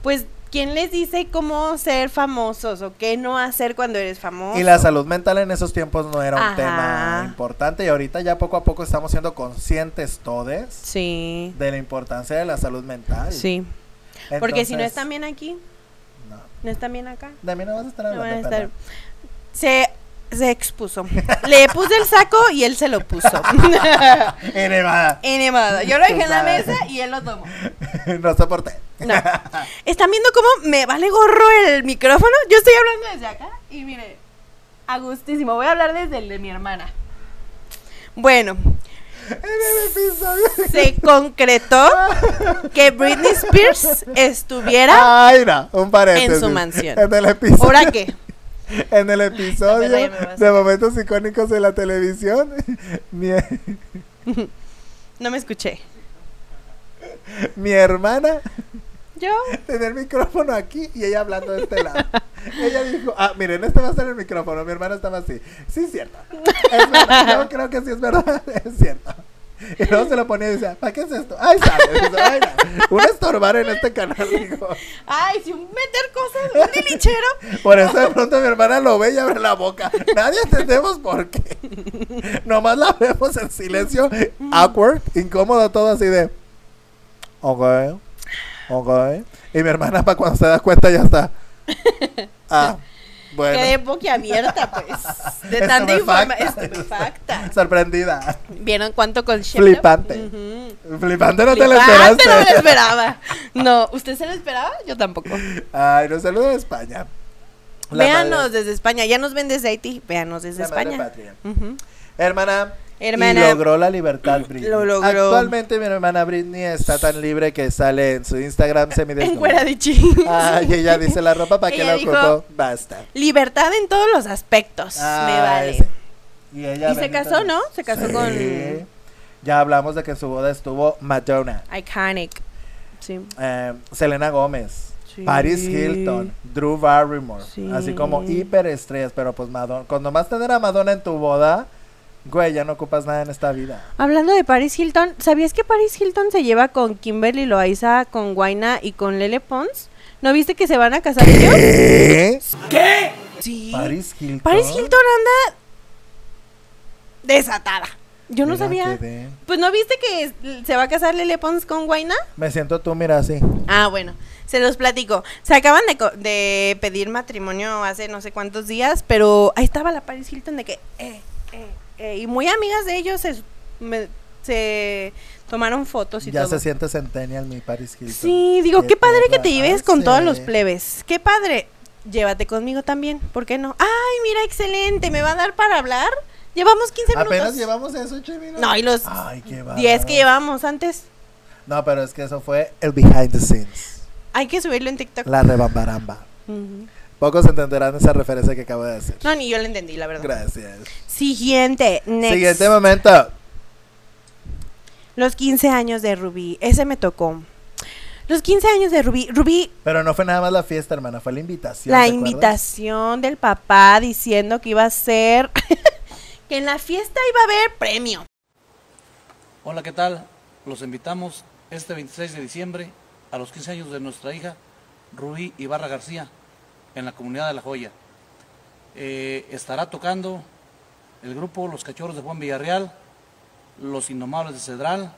S2: pues, ¿quién les dice cómo ser famosos o qué no hacer cuando eres famoso?
S1: Y la salud mental en esos tiempos no era un
S2: Ajá.
S1: tema importante y ahorita ya poco a poco estamos siendo conscientes todes
S2: Sí,
S1: de la importancia de la salud mental.
S2: sí. Porque si no
S1: Entonces,
S2: están bien aquí,
S1: no.
S2: no están bien acá.
S1: De mí no vas a estar
S2: No van a
S1: hablando,
S2: estar.
S1: perra.
S2: se, se expuso. Le puse el saco y él se lo puso.
S1: En Nevada.
S2: Y ni modo, Yo lo dejé en la mesa y él lo tomó.
S1: no soporté.
S2: No. ¿Están viendo cómo me vale gorro el micrófono? Yo estoy hablando desde acá y mire, a gustísimo. Voy a hablar desde el de mi hermana. Bueno,
S1: En el episodio.
S2: se concretó que Britney Spears estuviera.
S1: Ay, no, un paréntesis.
S2: En su mansión.
S1: En el episodio.
S2: ¿Ahora qué?
S1: En el episodio
S2: ya me vas a-
S1: de momentos icónicos de la televisión, mi,
S2: No me escuché.
S1: mi hermana
S2: Yo.
S1: tenía el este, micrófono aquí y ella hablando de este lado. Ella dijo, ah, miren, este va a ser el micrófono, mi hermana estaba así. Sí, es cierto. Es verdad, yo creo que sí es verdad, es cierto. Y luego se lo ponía y decía, ¿para qué es esto? Ay, sabes, dice, ay, no. un estorbar en este canal, dijo.
S2: Ay, si un meter cosas, un dilichero.
S1: Por eso de pronto mi hermana lo ve y abre la boca. Nadie entendemos por qué. Nomás la vemos en silencio, awkward, incómodo todo así de. Ok, ok. Y mi hermana, para cuando se da cuenta, ya está. Ah,
S2: Quedé
S1: bueno.
S2: boquiabierta, pues. De tanta información. Estupefacta.
S1: Sorprendida.
S2: ¿Vieron cuánto con Sheldon?
S1: Flipante.
S2: Ujú.
S1: Flipante, no te lo
S2: Flipante, Ah, no me lo
S1: esperaste.
S2: esperaba. No, ¿usted se lo esperaba? Yo tampoco.
S1: Ay, nos saluda de España. La
S2: Véanos
S1: madre-
S2: desde España. Ya nos ven desde Haití. Véanos desde
S1: la madre
S2: España.
S1: patria.
S2: Ujú.
S1: Hermana.
S2: Hermana.
S1: Y logró la libertad Britney.
S2: Lo logró.
S1: Actualmente mi hermana Britney está tan libre que sale en su Instagram semidesnuda.
S2: Encueradichi.
S1: Ay, ella dice la ropa para que
S2: Ella
S1: la
S2: dijo,
S1: ocupó. Basta.
S2: Libertad en todos los aspectos. me
S1: Ay,
S2: vale.
S1: sí. Y, ella
S2: Y se
S1: bendita
S2: casó,
S1: Dios.
S2: ¿no? Se casó
S1: Sí.
S2: con-
S1: Ya hablamos de que en su boda estuvo Madonna,
S2: Iconic. Sí.
S1: eh, Selena Gómez,
S2: Sí.
S1: Paris Hilton, Drew Barrymore.
S2: Sí.
S1: Así como hiperestrellas, pero pues Madonna. Cuando más tener a Madonna en tu boda, güey, ya no ocupas nada en esta vida.
S2: Hablando de Paris Hilton, ¿sabías que Paris Hilton se lleva con Kimberly Loaiza, con Guaina y con Lele Pons? ¿No viste que se van a casar ellos?
S1: ¿Qué?
S2: Sí.
S1: Paris Hilton.
S2: Paris Hilton anda desatada. Yo no
S1: Mira,
S2: sabía.
S1: qué de-
S2: Pues no viste que es- se va a casar Lele Pons con Guaina?
S1: Me siento tú, mira, así.
S2: Ah, bueno, se los platico. Se acaban de, co- de pedir matrimonio hace no sé cuántos días, pero ahí estaba la Paris Hilton de que, eh, eh, eh, y muy amigas de ellos se, me- se tomaron fotos y
S1: Ya
S2: todo.
S1: se siente centennial mi Paris Hilton.
S2: sí, digo, qué padre que te
S1: perra.
S2: lleves
S1: Ah,
S2: con
S1: sí.
S2: todos los plebes. Qué padre. Llévate conmigo también, ¿por qué no? Ay, mira, excelente, me va a dar para hablar. Llevamos 15 minutos.
S1: Apenas Ah, llevamos eso, ocho minutos.
S2: No, y los
S1: Ay, qué bárbaro.
S2: 10 que llevamos antes.
S1: No, pero es que eso fue el behind the scenes.
S2: Hay que subirlo en TikTok.
S1: La rebambaramba.
S2: Ujú.
S1: Pocos entenderán esa referencia que acabo de hacer.
S2: No, ni yo lo entendí, la verdad.
S1: Gracias.
S2: Siguiente, next.
S1: Siguiente momento.
S2: Los 15 años de Rubí, ese me tocó. Los 15 años de Rubí, Rubí,
S1: Pero no fue nada más la fiesta, hermana, fue la invitación.
S2: la
S1: ¿te acuerdas?
S2: invitación del papá diciendo que iba a ser, que en la fiesta iba a haber premio.
S8: Hola, ¿qué tal? Los invitamos este 26 de diciembre a los 15 años de nuestra hija Rubí Ibarra García en la comunidad de La Joya. Eh, estará tocando el grupo Los Cachorros de Juan Villarreal, Los Indomables de Cedral,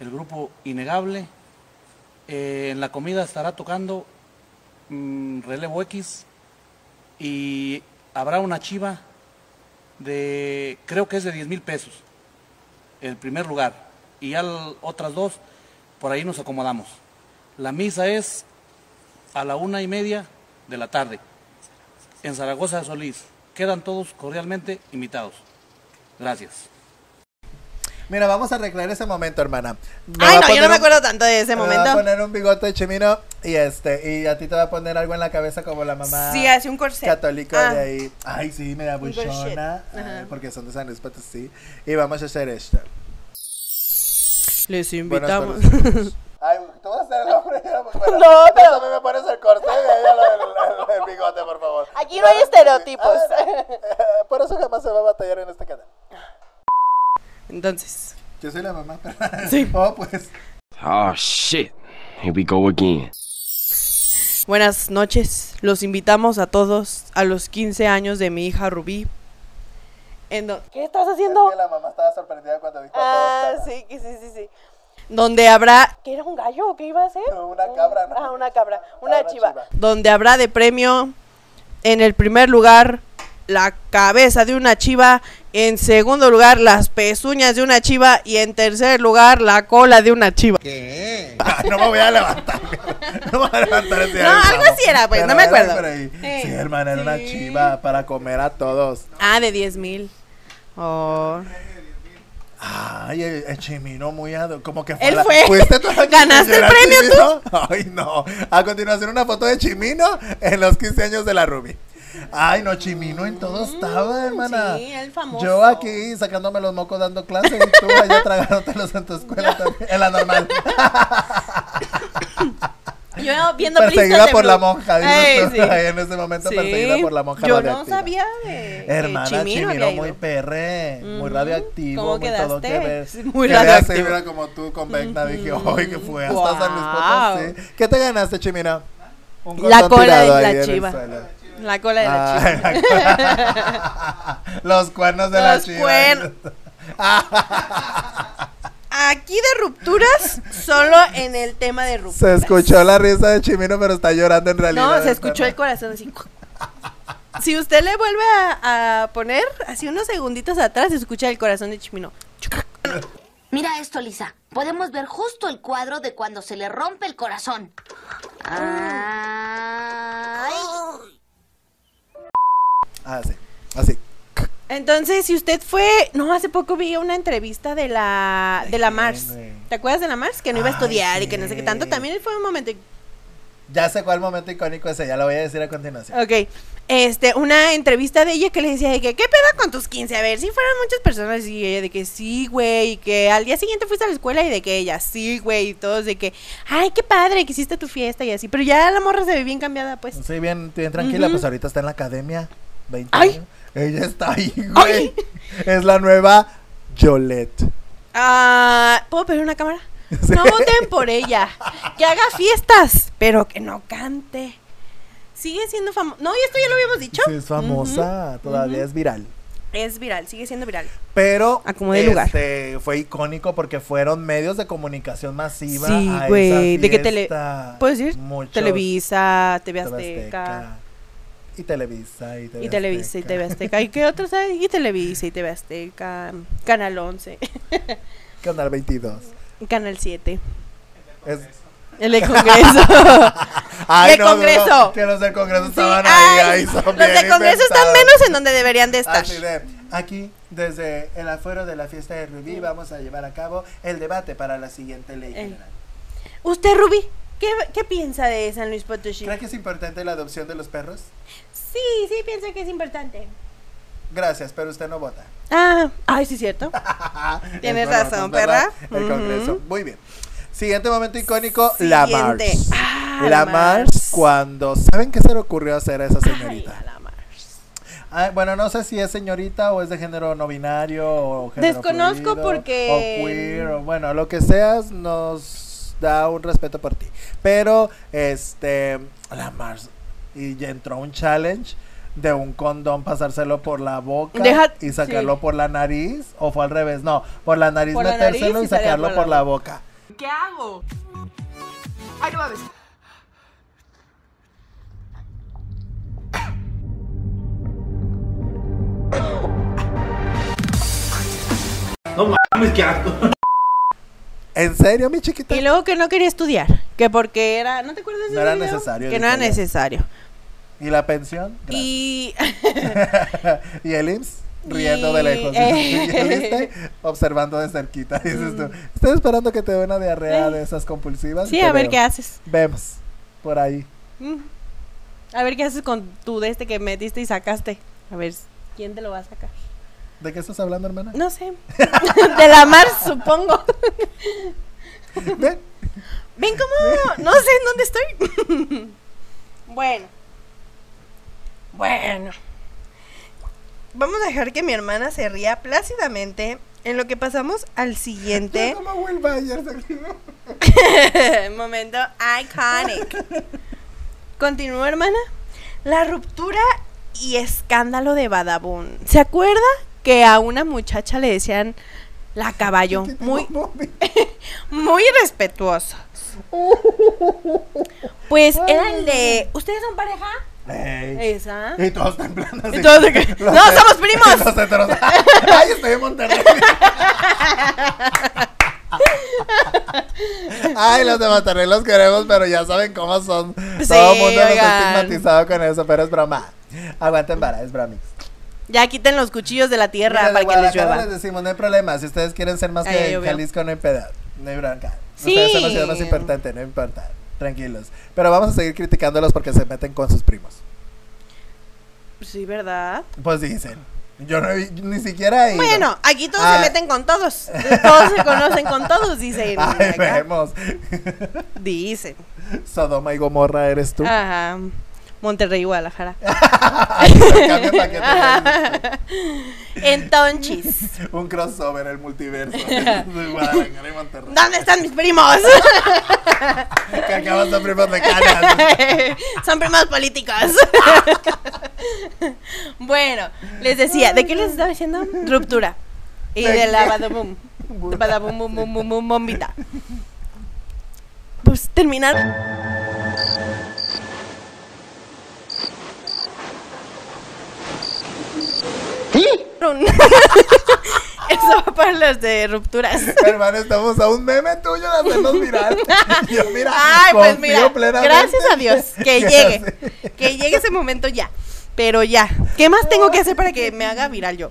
S8: el grupo Innegable. Eh, en la comida estará tocando mm, Relevo X y habrá una chiva de, creo que es de 10 mil pesos el primer lugar y ya l- otras dos por ahí nos acomodamos. La misa es a la una y media de la tarde en Zaragoza de Solís. Quedan todos cordialmente invitados. Gracias.
S1: Mira, vamos a arreglar ese momento, hermana. Me va
S2: Ay,
S1: a
S2: no, yo
S1: poner
S2: no me
S1: un-
S2: acuerdo tanto de ese
S1: me Va a
S2: este momento.
S1: poner un bigote de chimino y este y a ti te va a poner algo en la cabeza como la mamá.
S2: Sí, hace un corset.
S1: católico
S2: Ah,
S1: de ahí. Ay, sí, me da
S2: Un bullshit.
S1: buchona. ay,
S2: Ajá.
S1: Porque son de San Luis Potosí. Y vamos a hacer esto.
S2: Les
S1: Buenas
S2: invitamos.
S1: tardes. Ay, tú vas a hacer el hombre. pues,
S2: No, pero-
S1: También me pones el corte y ella lo del- lo del bigote, por favor.
S2: Aquí no hay estereotipos.
S1: Ah, eh, Por eso jamás se va a batallar en este canal.
S2: Entonces,
S1: Yo soy la mamá.
S2: Sí.
S1: Oh, pues.
S9: Oh shit. Here we go again.
S2: buenas noches. Los invitamos a todos a los 15 años de mi hija Rubí. En do- ¿Qué estás haciendo?
S1: Es que la mamá estaba sorprendida cuando dijo
S2: Ah,
S1: a todos.
S2: sí, que sí, sí, sí. Donde habrá... ¿Qué era un gallo o qué iba a ser?
S1: No, una cabra, ¿no?
S2: Ah, una cabra, una
S1: Cabra
S2: chiva.
S1: chiva.
S2: Donde habrá de premio En el primer lugar, la cabeza de una chiva. En segundo lugar, las pezuñas de una chiva. Y en tercer lugar, la cola de una chiva.
S1: Ah, no me voy a levantar. No me voy a levantar ese
S2: No,
S1: día,
S2: algo
S1: vamos.
S2: así era, pues,
S1: Pero
S2: no me
S1: era
S2: acuerdo.
S1: por ahí.
S2: Eh,
S1: Sí, hermana, era una
S2: sí.
S1: chiva para comer a todos.
S2: Ah, de 10 mil. Oh.
S1: Ay, el, el chimino muy ado- como que
S2: Él
S1: la-
S2: fue.
S1: ¿Fuiste tú la que
S2: ¿Ganaste el
S1: quisiera Chimino?
S2: premio
S1: Ay, no. A continuación, una foto de Chimino en los 15 años de la Ruby. Ay, no, Chimino en todo estaba, hermana.
S2: Mm, sí, el famoso.
S1: Yo aquí sacándome los mocos dando clases y tú allá tragándotelos en tu escuela también, en la normal.
S2: Yo viendo
S1: perseguida
S2: Prince de
S1: por la
S2: Blue.
S1: monja,
S2: Ey,
S1: dices tú,
S2: sí.
S1: ahí en ese momento
S2: Sí,
S1: perseguida por la monja
S2: Yo no
S1: radiactiva.
S2: sabía de que
S1: Hermana
S2: Chimino
S1: Chimino,
S2: había ido.
S1: muy perre, muy
S2: Ujú,
S1: radioactivo,
S2: ¿cómo
S1: muy todo que
S2: quedaste?
S1: ver.
S2: Sí, muy
S1: Quedé así,
S2: radioactivo.
S1: mira, como tú con Vecna, dije, ay, que fue hasta
S2: Guau.
S1: San Luis Potosí. ¿Qué te ganaste, Chimino? Un
S2: La
S1: cordón
S2: cola de
S1: tirado ahí
S2: la
S1: en el
S2: chiva.
S1: suelo.
S2: La cola de la
S1: Ah,
S2: chiva.
S1: la cola. Los cuernos de la
S2: Los
S1: chiva.
S2: cuernos. Aquí de rupturas, solo en el tema de rupturas.
S1: Se escuchó la risa de Chimino, pero está llorando en realidad.
S2: No, se escuchó el corazón así. Si usted le vuelve a, a poner así unos segunditos atrás, se escucha el corazón de Chimino.
S10: Mira esto, Lisa. Podemos ver justo el cuadro de cuando se le rompe el corazón. Ay.
S1: Ah, sí. Así.
S2: Entonces, si usted fue, no, hace poco vi una entrevista de la de la
S1: quién,
S2: Mars.
S1: güey?
S2: ¿Te acuerdas de la Mars? Que no iba a
S1: Ay,
S2: estudiar y que no sé qué tanto.
S1: sí.
S2: También fue un momento.
S1: Ya sé cuál momento icónico ese, ya lo voy a decir a continuación.
S2: Ok. Este, una entrevista de ella que le decía de que, ¿qué pedo con tus 15? A ver, si fueron muchas personas y ella de que sí, güey, y que al día siguiente fuiste a la escuela y de que ella sí, güey, y todos de que, ay, qué padre que hiciste tu fiesta y así. Pero ya la morra se ve bien cambiada, pues.
S1: Sí, bien, bien tranquila,
S2: Ujú.
S1: pues ahorita está en la academia. 20
S2: Ay.
S1: años. Ella está ahí, güey.
S2: Ay.
S1: Es la nueva Yolette.
S2: Ah, ¿puedo pedir una cámara? No voten por ella. Que haga fiestas, pero que no cante. Sigue siendo famosa. No, y esto ya lo habíamos dicho.
S1: Sí, es famosa, todavía es viral.
S2: Ujú. Es viral, sigue siendo viral.
S1: Pero
S2: Acomodé lugar.
S1: este, fue icónico porque fueron medios de comunicación masiva.
S2: Sí,
S1: a
S2: güey,
S1: esa
S2: de que tele-
S1: fiesta.
S2: ¿Puedes decir?
S1: Muchos-
S2: Televisa, TV
S1: TV
S2: Azteca.
S1: Azteca. Y Televisa, y Televisa.
S2: Y Televisa y TV Azteca. ¿Y qué otros hay? Y Televisa y TV Azteca. Canal 11.
S1: Canal 22.
S2: Canal 7.
S1: Es-
S2: El de Congreso.
S1: Ay,
S2: ¡Del
S1: no, no, no,
S2: Congreso!
S1: que los del Congreso
S2: Sí,
S1: estaban
S2: ay,
S1: ahí. ahí son
S2: los
S1: bien
S2: de Congreso están
S1: inventados. Ah,
S2: menos en donde deberían de estar.
S1: Así de, aquí, desde el afuero de la fiesta de Rubí, vamos a llevar a cabo el debate para la siguiente ley
S2: Eh.
S1: general.
S2: Usted, Ruby, ¿qué, qué piensa de San Luis Potosí?
S1: ¿Cree que es importante la adopción de los perros?
S2: Sí, sí, pienso que es importante.
S1: Gracias, pero usted no vota.
S2: Ah, ay, sí, cierto. Tienes
S1: Es verdad,
S2: razón,
S1: es verdad,
S2: perra.
S1: El
S2: Ujú.
S1: Congreso. Muy bien. Siguiente momento icónico, la Mars.
S2: Siguiente. Ah,
S1: la
S2: la
S1: Mars,
S2: Mars.
S1: cuando... ¿Saben qué se le ocurrió hacer a esa
S2: Ay,
S1: señorita?
S2: a la mar.
S1: Ay, Ah, bueno, no sé si es señorita o es de género no binario o género
S2: Desconozco
S1: fluido,
S2: porque-
S1: O queer, o bueno, lo que seas nos da un respeto por ti. Pero, este, la Mars, y ya entró un challenge de un condón pasárselo por la boca
S2: Deja-
S1: y sacarlo
S2: sí.
S1: por la nariz, o fue al revés, no, por la nariz
S2: Por la nariz
S1: metérselo
S2: y
S1: y
S2: salir
S1: sacarlo
S2: por la
S1: por la boca.
S3: ¿Qué hago? Ay, no mames.
S1: ¿En serio, mi chiquita?
S2: Y luego que no quería estudiar, que porque era, ¿no te acuerdas de
S1: No
S2: ese
S1: era
S2: video?
S1: necesario,
S2: Que no era
S1: dijo ella.
S2: necesario.
S1: ¿Y la pensión? Gracias.
S2: Y
S1: y el IMSS riendo de
S2: Y- eh, Mm.
S1: lejos. dices tú, ¿ya viste? Observando de cerquita. Dices tú, estoy esperando que te dé una diarrea de esas compulsivas.
S2: sí,
S1: Te
S2: a ver
S1: veo.
S2: qué haces.
S1: Vemos por ahí.
S2: Mm. A ver qué haces con tu de este que metiste y sacaste. A ver quién te lo va a sacar.
S1: ¿De qué estás hablando, hermana?
S2: No sé. de la mar, supongo.
S1: Ve,
S2: Ven cómo, no sé en dónde estoy. bueno. Bueno. Vamos a dejar que mi hermana se ría plácidamente en lo que pasamos al siguiente
S1: Como Will Byers aquí, ¿no?
S2: momento iconic. Continúa, hermana. La ruptura y escándalo de Badabun. ¿Se acuerda que a una muchacha le decían la caballo? Muy muy respetuoso. Pues era el de, ¿ustedes son pareja?
S1: Ey.
S2: Esa.
S1: Y todos temblando así.
S2: Y todos de que,
S1: Los
S2: "No,
S1: he-
S2: somos primos".
S1: Los heteros. Ay, estoy en Monterrey. Ay, los de Monterrey los queremos, pero ya saben cómo son. Todo el
S2: Sí,
S1: mundo nos
S2: oigan.
S1: ha estigmatizado con eso, pero es broma. Aguanten para, es bromix.
S2: Ya quiten los cuchillos de la tierra
S1: Mira, de
S2: para que les
S1: Guadalajara
S2: llueva.
S1: les decimos, no hay problema. Si ustedes quieren ser más
S2: Ahí
S1: que
S2: llovió.
S1: Jalisco, no hay pedo. No hay bronca.
S2: Sí.
S1: Ustedes son la ciudad más importante, no importa. Tranquilos. Pero vamos a seguir criticándolos porque se meten con sus primos.
S2: Sí, ¿verdad?
S1: Pues dicen. Yo no vi- ni siquiera he ido.
S2: Bueno, aquí todos
S1: Ah.
S2: se meten con todos. Todos se conocen con todos, dicen.
S1: Ay,
S2: acá.
S1: vemos.
S2: Dicen.
S1: Sodoma y Gomorra eres tú.
S2: Ajá. Monterrey, Guadalajara.
S1: Intercambio paquete.
S2: Entonces,
S1: Un crossover, el multiverso. De Guadalajara y Monterrey.
S2: ¿dónde están mis primos?
S1: Que acaban de primos de canas.
S2: Son primos políticos. bueno, les decía, ¿de qué les estaba diciendo? Ruptura. Y
S1: ¿De
S2: de la
S1: qué?
S2: badabum. De badabum, bum, bum, bum, bum, bombita. Pues terminar. Eso va para las de rupturas.
S1: Hermano, estamos a un meme tuyo de hacernos viral. Yo, mira,
S2: Ay, pues
S1: confío
S2: mira,
S1: plenamente
S2: gracias a Dios, que llegue, que llegue ese momento ya. Pero ya, ¿qué más tengo que hacer para que me haga viral yo?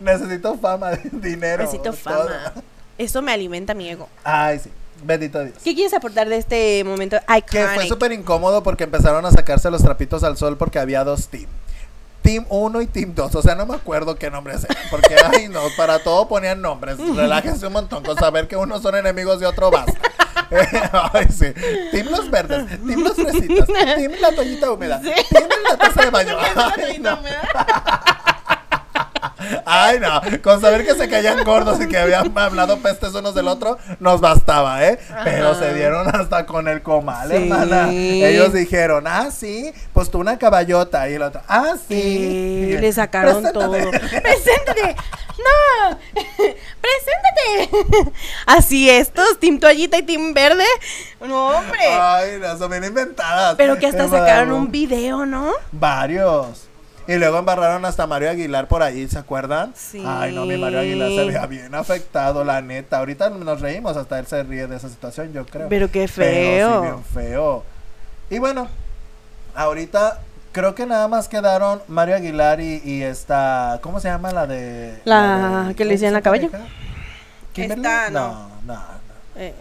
S1: Necesito fama, dinero.
S2: Necesito
S1: todo.
S2: fama. Eso me alimenta mi ego.
S1: Ay, sí. Bendito Dios.
S2: ¿Qué quieres aportar de este momento
S1: Que fue
S2: iconic?
S1: súper incómodo porque empezaron a sacarse los trapitos al sol porque había dos team. Team 1 y Team 2. O sea, no me acuerdo qué nombres eran. Porque, ay, no, para todo ponían nombres. Relájense un montón con saber que unos son enemigos de otro basta. ay, sí. Team los verdes, Team los fresitas, Team la toallita húmeda, Team la taza de baño. Ay, no. Ay, no. Con saber que se caían gordos y que habían hablado pestes unos del otro, nos bastaba, ¿eh? Pero se dieron hasta con el comal,
S2: Sí.
S1: hermana. Ellos dijeron, ah, sí, pues tú una caballota. Y el otro, ah, sí.
S2: Eh, le sacaron
S1: Preséntate.
S2: todo. ¡Preséntate! ¡No! ¡Preséntate! Así estos, Team Toallita y Team Verde. No, hombre.
S1: Ay, no, son bien inventadas.
S2: Pero que hasta
S1: Hermana,
S2: sacaron un video, ¿no?
S1: Varios. Y luego embarraron hasta Mario Aguilar por ahí, ¿se acuerdan?
S2: Sí.
S1: Ay, no, mi Mario Aguilar se veía bien afectado, la neta. Ahorita nos reímos, hasta él se ríe de esa situación, yo creo.
S2: Pero qué
S1: Pero
S2: feo.
S1: sí, bien feo. Y bueno, ahorita creo que nada más quedaron Mario Aguilar y, y esta. ¿Cómo se llama la de.
S2: La
S1: de-
S2: que le
S1: ¿cómo
S2: hicieron
S1: se
S2: la caballo?
S1: pareja? ¿Kimberly?
S2: Esta, no.
S1: no, no, no.
S2: Eh,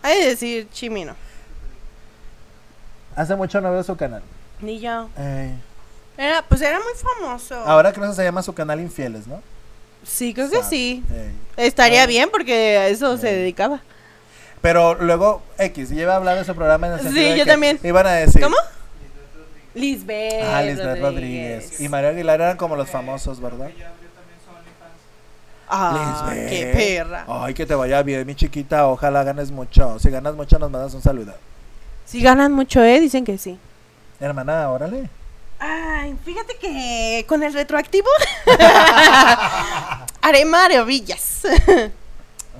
S2: Hay que decir chimino.
S1: Hace mucho no veo su canal.
S2: Ni yo.
S1: Eh,
S2: Era, pues era muy famoso.
S1: ahora creo que se llama su canal Infieles, ¿no?
S2: sí, creo que
S1: Sad.
S2: sí.
S1: Eh.
S2: Estaría bien porque a eso se
S1: Eh.
S2: dedicaba.
S1: Pero luego X lleva a hablar de su programa en el
S2: Sí,
S1: sentido de
S2: yo
S1: que
S2: también.
S1: Iban a decir.
S2: ¿Cómo? Lisbeth.
S1: Ah, Lisbeth Rodríguez. Y Mario Aguilar eran como los famosos, ¿verdad?
S2: Ah,
S1: Lisbeth. Oh.
S2: qué perra.
S1: Ay, que te vaya bien, mi chiquita. Ojalá ganes mucho. Si ganas mucho, nos mandas un saludo.
S2: Si ganan mucho, ¿eh? Dicen que sí.
S1: Hermana, órale.
S2: Ay, fíjate que con el retroactivo haré maravillas.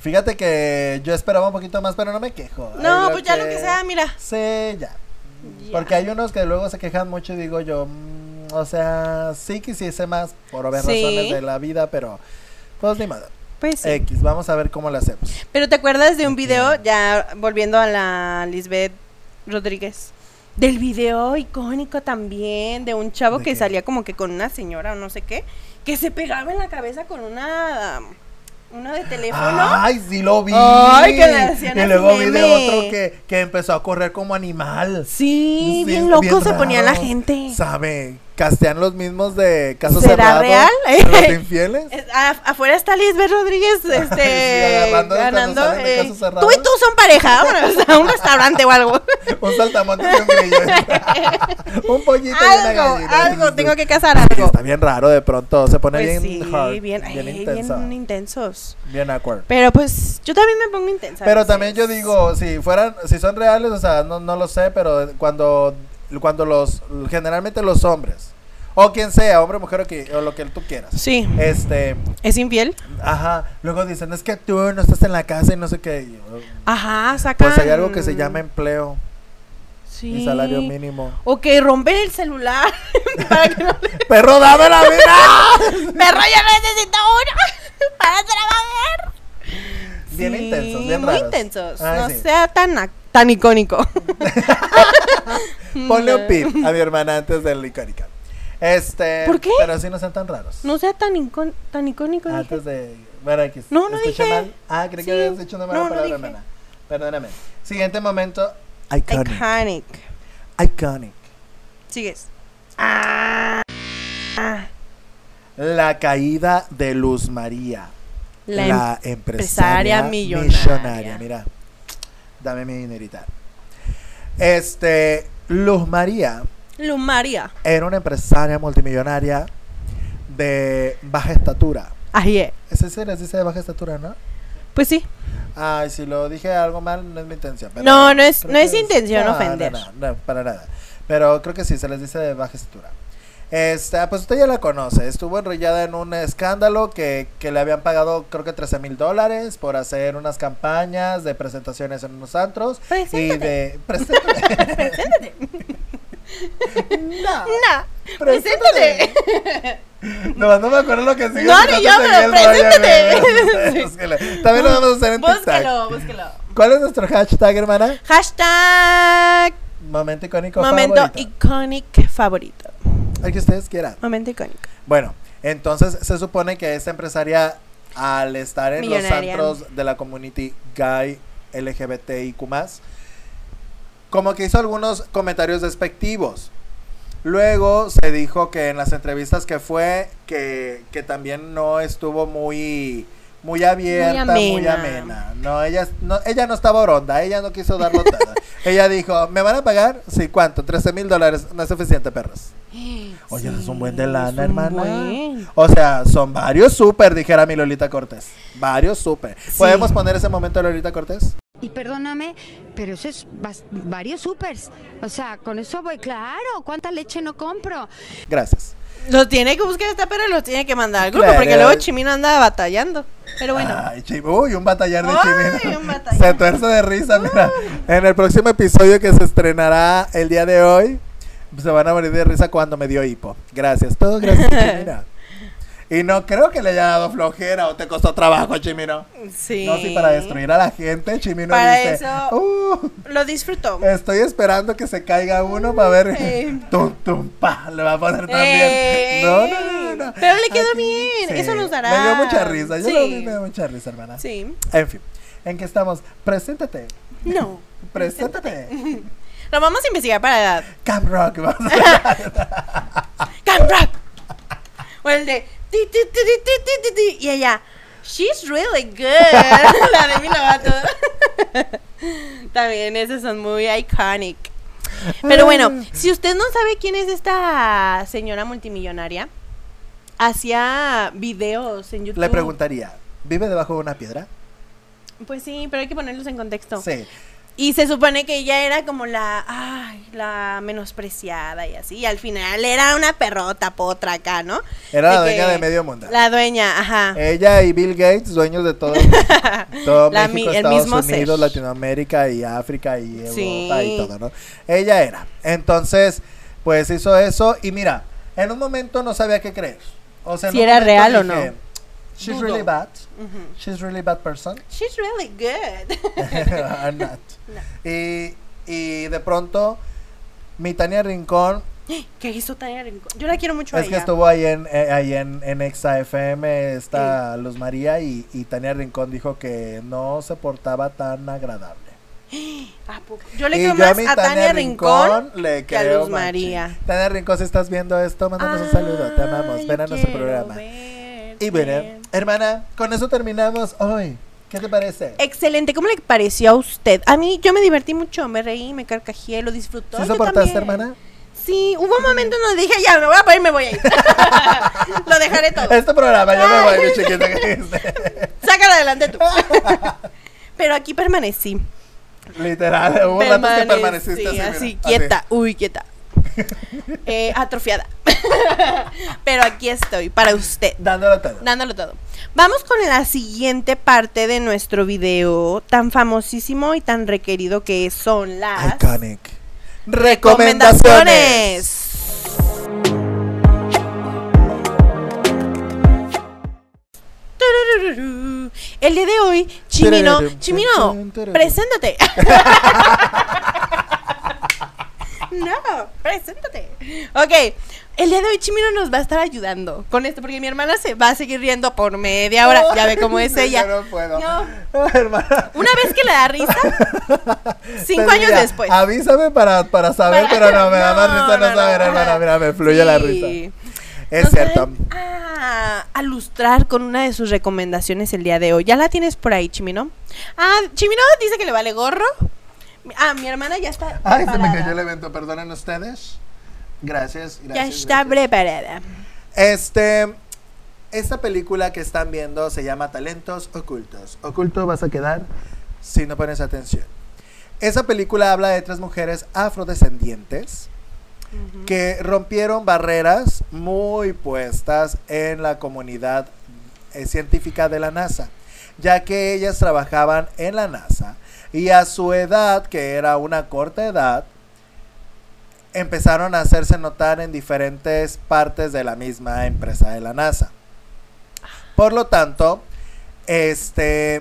S1: Fíjate que yo esperaba un poquito más, pero no me quejo. Ay,
S2: No, pues ya lo que sea, mira.
S1: Sí, ya.
S2: Ya.
S1: Porque hay unos que luego se quejan mucho y digo yo, mm, o sea, sí quisiese más por haber
S2: Sí.
S1: razones de la vida, pero pues ni modo.
S2: Pues sí.
S1: X, vamos a ver cómo lo hacemos.
S2: Pero ¿te acuerdas de un video, ya volviendo a la Lisbeth Rodríguez? Del video icónico también, de un chavo
S1: ¿De
S2: que
S1: qué?
S2: salía como que con una señora o no sé qué, que se pegaba en la cabeza con una, una de teléfono.
S1: Ay, sí lo vi.
S2: Ay, que le hacían
S1: y
S2: así
S1: luego vi de
S2: meme.
S1: otro que, que empezó a correr como animal.
S2: Sí,
S1: Sí,
S2: bien loco se
S1: raro.
S2: ponía la gente.
S1: Sabe, castean los mismos de casos
S2: ¿Será
S1: cerrado.
S2: real?
S1: ¿Los de infieles?
S2: Es- a- afuera está Lisbeth Rodríguez este,
S1: Sí, agarrando cuando
S2: ganando.
S1: salen de
S2: eh,
S1: casos cerrados.
S2: tú y tú son pareja, vámonos a un restaurante o algo.
S1: Un saltamontes y un grillo. un pollito y una
S2: algo,
S1: gallina.
S2: algo, tengo que casar algo.
S1: Está bien raro de pronto, se pone bien
S2: Pues sí,
S1: hard,
S2: bien, ay, bien
S1: intenso, bien,
S2: intensos.
S1: awkward.
S2: Pero pues yo también me pongo intensa. a
S1: Pero
S2: veces.
S1: también yo digo, si fueran, si son reales, o sea, no, no lo sé, pero cuando, cuando los, generalmente los hombres, o quien sea, hombre, mujer o, que- o lo que tú quieras,
S2: Sí,
S1: este,
S2: es infiel.
S1: ajá, luego dicen, es que tú no estás en la casa y no sé qué, y yo,
S2: Ajá, sacan.
S1: pues hay algo que se llama empleo.
S2: Sí.
S1: y salario mínimo.
S2: O que romper el celular. para que no le-
S1: ¡Perro, dame la vida!
S2: Perro, yo necesito uno para trabajar.
S1: Bien
S2: Sí,
S1: intensos, bien
S2: Muy
S1: raros.
S2: intensos.
S1: Ay,
S2: no
S1: sí.
S2: sea tan, ac- tan icónico.
S1: Ponle un pip a mi hermana antes del licórica. Este,
S2: ¿Por qué?
S1: Pero así no sean tan raros.
S2: No sea tan, icon- tan icónico. dije.
S1: Antes de. Bueno, aquí
S2: No, no
S1: escuché
S2: dije.
S1: mal. Ah, creí que
S2: Sí.
S1: habías dicho una mala
S2: No, no
S1: palabra,
S2: dije.
S1: hermana. Perdóname. Siguiente momento. Iconic.
S2: Iconic.
S1: Iconic.
S2: Sigues.
S1: La caída de Luz María. La,
S2: La
S1: empresaria,
S2: empresaria
S1: millonaria.
S2: millonaria.
S1: Mira, dame mi dinerita. Este, Luz María
S2: Lumaria.
S1: era una empresaria multimillonaria de baja estatura.
S2: Ahí es.
S1: ¿Ese se les dice de baja estatura, no?
S2: Pues sí.
S1: Ay, si lo dije algo mal, no es mi intención. pero
S2: No, no es-
S1: creo
S2: no
S1: que
S2: es intención
S1: no,
S2: ofender.
S1: No, no, no, para nada. Pero creo que sí, se les dice de baja estatura. Esta, pues usted ya la conoce. Estuvo enrollada en un escándalo que, que le habían pagado, creo que 13 mil dólares por hacer unas campañas de presentaciones en unos antros. Y
S2: Preséntate.
S1: de. Preséntate.
S2: Preséntate.
S1: no,
S2: Nah,
S1: preséntate.
S2: preséntate.
S1: No, no me acuerdo lo que sigue.
S2: No,
S1: si
S2: ni yo,
S1: te
S2: pero
S1: seguí el rollo,
S2: preséntate.
S1: amigo. Búsquela. También lo vamos a hacer en TikTok.
S2: Búscalo, búscalo.
S1: ¿Cuál es nuestro hashtag, hermana?
S2: Hashtag
S1: Momento icónico
S2: momento
S1: favorito.
S2: iconic favorito.
S1: El que ustedes quieran.
S2: Momento icónico.
S1: Bueno, entonces se supone que esta empresaria, al estar en los
S2: Millonaria.
S1: antros de la community gay LGBTIQ, como que hizo algunos comentarios despectivos. Luego se dijo que en las entrevistas que fue, que, que también no estuvo muy, muy abierta, muy amena.
S2: amena.
S1: No, ella no, ella no estaba oronda, ella no quiso darlo todo. ella dijo, ¿me van a pagar? Sí, ¿cuánto? 13 mil dólares, no es suficiente, perros. Oye, eso es un buen de lana,
S2: es un
S1: hermana.
S2: buen.
S1: O sea, son varios súper, dijera mi Lolita Cortés. Varios súper. ¿Podemos poner ese momento de Lolita Cortés?
S11: Y perdóname, pero eso es bas- varios supers. O sea, con eso voy, claro, ¿cuánta leche no compro?
S1: Gracias.
S2: Los tiene que buscar esta pero los tiene que mandar al grupo
S1: Claro. Ah,
S2: porque luego Chimino anda batallando. Pero bueno.
S1: Ay, chi- uy, un batallar de
S2: Ay,
S1: chimino.
S2: un batallar.
S1: Se tuerce de risa, mira. En el próximo episodio que se estrenará el día de hoy, se van a morir de risa cuando me dio hipo. Gracias. Todo gracias, a Chimino. Y no creo que le haya dado flojera o te costó trabajo, Chimino.
S2: sí.
S1: No, sí, para destruir a la gente, Chimino
S2: Para
S1: dice,
S2: eso-
S1: "Uh,
S2: Lo disfrutó.
S1: Estoy esperando que se caiga uno para ver.
S2: Ey.
S1: Tum, tum, pa. Le va a poner también.
S2: Ey.
S1: No, no, no, no, no.
S2: Pero le quedó bien, eso nos dará.
S1: Me dio mucha risa. Yo
S2: Sí.
S1: lo vi, me dio mucha risa, hermana.
S2: Sí.
S1: En fin. ¿En qué estamos? Preséntate.
S2: No.
S1: Preséntate.
S2: Lo vamos a investigar para
S1: Cam Rock. vamos.
S2: Camp Rock. O el de ti, ti, ti, ti, ti, ti, ti, ti. y ella She's really good. La de mi Lovato. También esas son muy iconic. Pero bueno,
S1: Mm.
S2: si usted no sabe quién es esta señora multimillonaria, hacía videos en YouTube.
S1: Le preguntaría. ¿Vive debajo de una piedra?
S2: Pues sí, pero hay que ponerlos en contexto.
S1: Sí.
S2: Y se supone que ella era como la, ay, la menospreciada y así. Y al final era una perrota potra acá, ¿no?
S1: Era la
S2: De que-
S1: dueña de medio mundo.
S2: La dueña, ajá.
S1: Ella y Bill Gates, dueños de todo, todo
S2: La
S1: México,
S2: mi- el
S1: Estados
S2: mismo ser.
S1: Unidos, Latinoamérica y África y Europa
S2: Sí.
S1: y todo, ¿no? Ella era. Entonces, pues hizo eso y mira, en un momento no sabía qué creer. O sea, en
S2: Si
S1: un
S2: era
S1: momento
S2: real o no.
S1: She's
S2: Dudo.
S1: really bad.
S2: Ujú.
S1: She's really bad person.
S2: She's really good.
S1: Or not. Y, y de pronto, mi Tania Rincón
S2: ¿Qué hizo Tania Rincón? Yo la quiero mucho a
S1: Es que
S2: ella.
S1: estuvo ahí en, eh, ahí en, en Exa FM, está Luz María y, y Tania Rincón dijo que no se portaba tan agradable.
S2: ¿A poco? Yo le
S1: y
S2: creo
S1: yo
S2: más a Tania Rincón.
S1: le
S2: que a
S1: creo
S2: Luz
S1: machín.
S2: María.
S1: Tania Rincón, si estás viendo esto, mándanos un saludo, te amamos,
S2: Ay,
S1: ven a
S2: yo
S1: nuestro
S2: quiero
S1: programa.
S2: verte.
S1: Y bueno, hermana, con eso terminamos hoy. ¿Qué te parece?
S2: Excelente, ¿cómo le pareció a usted? A mí yo me divertí mucho, me reí, me carcajé, lo disfrutó.
S1: ¿Sí
S2: yo
S1: soportaste,
S2: también.
S1: hermana?
S2: Sí, hubo un momento en donde dije, ya, me voy a parar y me voy a ir. lo dejaré todo.
S1: Este programa, yo me voy,
S2: Ay.
S1: mi chiquita. ¿qué dijiste?
S2: Sácalo adelante tú. Pero aquí permanecí.
S1: Literal, hubo ratos que permaneciste así.
S2: así,
S1: mira,
S2: quieta, uy, quieta. Eh, atrofiada. Pero aquí estoy, para usted.
S1: Dándolo todo.
S2: Dándolo todo. Vamos con la siguiente parte de nuestro video tan famosísimo y tan requerido que son las
S1: Iconic. recomendaciones.
S2: Turururú. El día de hoy, Chimino,
S1: Tararum,
S2: Chimino,
S1: tararum, tararum.
S2: preséntate. No, preséntate. Ok, el día de hoy Chimino nos va a estar ayudando con esto, porque mi hermana se va a seguir riendo por media hora. Ya ve cómo es
S1: Ay,
S2: ella.
S1: yo no puedo.
S2: No,
S1: Hermana,
S2: una vez que le da risa, cinco
S1: pues
S2: años
S1: mira,
S2: después.
S1: Avísame para, para saber, pero no, me da más risa no,
S2: no,
S1: saber,
S2: no.
S1: hermana. Mira, me fluye la risa.
S2: Sí.
S1: Es
S2: Nos
S1: cierto.
S2: van A, a lustrar con una de sus recomendaciones el día de hoy. ¿Ya la tienes por ahí, Chimino? Ah, Chimino dice que le vale gorro. Ah, mi hermana ya está.
S1: Ay, se Ah, me
S2: preparada.
S1: cayó el evento, perdonen ustedes. Gracias, gracias.
S2: Ya está
S1: gracias.
S2: preparada.
S1: Este, esta película que están viendo se llama Talentos Ocultos. Oculto vas a quedar si no pones atención. Esa película habla de tres mujeres afrodescendientes que rompieron barreras muy puestas en la comunidad eh, científica de la NASA, ya que ellas trabajaban en la NASA y a su edad, que era una corta edad, empezaron a hacerse notar en diferentes partes de la misma empresa de la NASA. Por lo tanto, este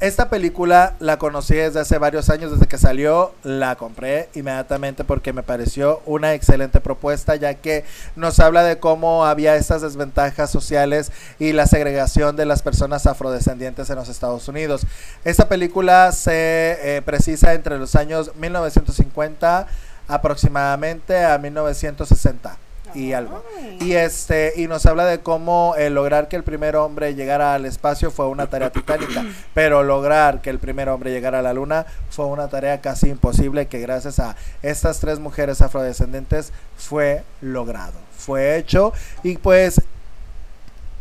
S1: esta película la conocí desde hace varios años, desde que salió, la compré inmediatamente porque me pareció una excelente propuesta, ya que nos habla de cómo había estas desventajas sociales y la segregación de las personas afrodescendientes en los Estados Unidos. Esta película se eh, precisa entre los años 1950 aproximadamente a 1960 y algo. Y este y nos habla de cómo eh, lograr que el primer hombre llegara al espacio fue una tarea titánica, pero lograr que el primer hombre llegara a la luna fue una tarea casi imposible que gracias a estas tres mujeres afrodescendientes fue logrado, fue hecho y pues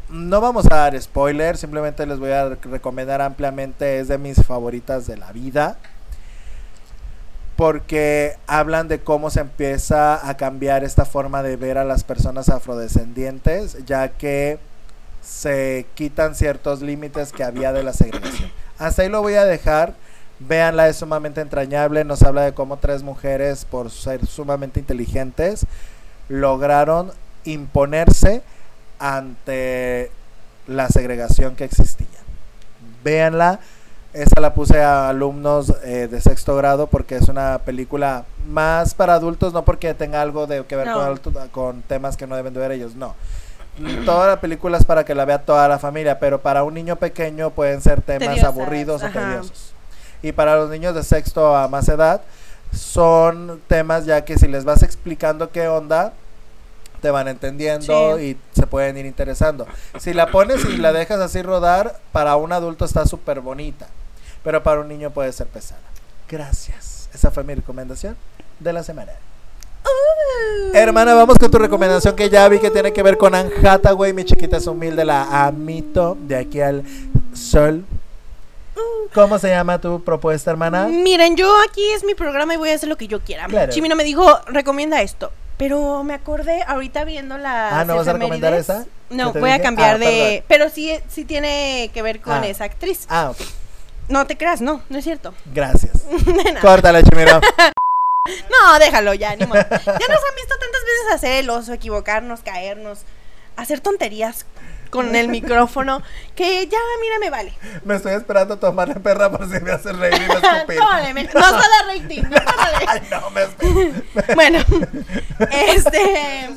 S1: no vamos a dar spoiler, simplemente les voy a rec- recomendar ampliamente, es de mis favoritas de la vida porque hablan de cómo se empieza a cambiar esta forma de ver a las personas afrodescendientes, ya que se quitan ciertos límites que había de la segregación. Hasta ahí lo voy a dejar. Véanla, es sumamente entrañable. Nos habla de cómo tres mujeres, por ser sumamente inteligentes, lograron imponerse ante la segregación que existía. Véanla. Esa la puse a alumnos eh, de sexto grado porque es una película más para adultos, no porque tenga algo de que ver
S2: No.
S1: con, adultos- con temas que no deben de ver ellos, no. Toda la película es para que la vea toda la familia, pero para un niño pequeño pueden ser temas
S2: Tediosas,
S1: aburridos
S2: ajá.
S1: o tediosos. Y para los niños de sexto a más edad son temas ya que si les vas explicando qué onda, te van entendiendo
S2: Sí.
S1: y se pueden ir interesando. Si la pones y la dejas así rodar, para un adulto está súper bonita, pero para un niño puede ser pesada. Gracias. Esa fue mi recomendación de la semana. Hermana, vamos con tu recomendación que ya vi que tiene que ver con Anne Hathaway, mi chiquita es humilde, la amito de aquí al sol. ¿Cómo se llama tu propuesta, hermana?
S2: Miren, yo aquí es mi programa y voy a hacer lo que yo quiera.
S1: Ah. Claro.
S2: Chimino me dijo, recomienda esto. Pero me acordé ahorita viendo la.
S1: Ah, ¿no vas a recomendar esa?
S2: No,
S1: ¿Que te
S2: voy a
S1: dije?
S2: cambiar
S1: Ah,
S2: de.
S1: perdón.
S2: Pero sí, sí tiene que ver con
S1: Ah.
S2: esa actriz.
S1: Ah, ok.
S2: No te creas, no, no es cierto.
S1: Gracias.
S2: De nada.
S1: Córtala, chimero.
S2: No, déjalo ya, ni modo. Ya nos han visto tantas veces hacer el oso, equivocarnos, caernos, hacer tonterías con el micrófono, que ya, mira, me vale.
S1: Me estoy esperando a tomar la perra por si me hace reír y me escupir.
S2: Tómale, me- no sale rating. no sale.
S1: Ay, no, me espe-
S2: Bueno, este.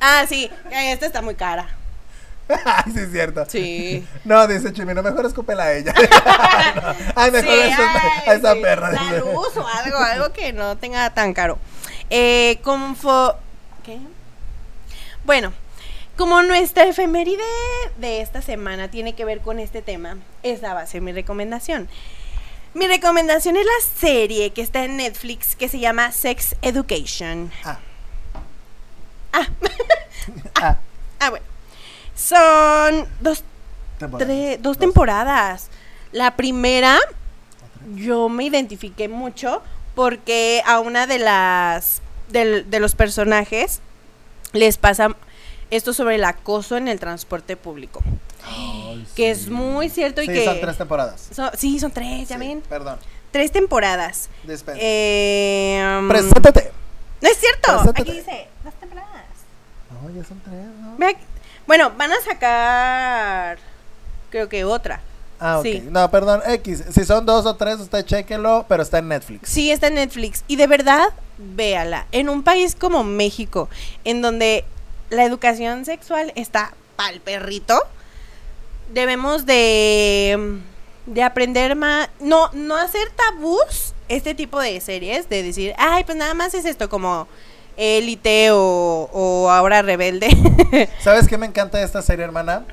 S2: Ah, sí, eh, esta está muy cara.
S1: Ay, sí es cierto.
S2: Sí.
S1: No, dice Chimino, mejor escúpela a ella. Ay, no. Ay, mejor
S2: Sí,
S1: escupe
S2: ay,
S1: a esa
S2: sí,
S1: perra.
S2: La
S1: dice.
S2: luz o algo, algo que no tenga tan caro. Eh, confo- ¿Qué? Bueno, como nuestra efeméride de esta semana tiene que ver con este tema, esa va a ser mi recomendación. Mi recomendación es la serie que está en Netflix que se llama Sex Education.
S1: Ah.
S2: Ah,
S1: Ah,
S2: ah bueno. Son dos
S1: temporada.
S2: Tres- dos temporadas. La primera, yo me identifiqué mucho porque a una de las del- de los personajes les pasa esto sobre el acoso en el transporte público,
S1: Ay,
S2: que
S1: sí.
S2: es muy cierto y
S1: Sí,
S2: que
S1: son tres temporadas.
S2: so- sí son tres, ya ven.
S1: Perdón.
S2: Tres temporadas.
S1: Dispensa.
S2: Eh, um,
S1: Preséntate.
S2: No es cierto.
S1: Preséntate.
S2: Aquí dice dos temporadas.
S1: No, ya son tres, ¿no?
S2: Ve aquí- Bueno, van a sacar. Creo que otra.
S1: Ah, ok.
S2: Sí.
S1: No, perdón, X. Si son dos o tres, usted chequenlo, pero está en Netflix.
S2: Sí, está en Netflix. Y de verdad, véala. En un país como México, en donde la educación sexual está pal perrito, debemos de, de aprender más. No, no hacer tabús este tipo de series, de decir, ay, pues nada más es esto como élite o, o ahora rebelde.
S1: ¿Sabes qué me encanta de esta serie, hermana?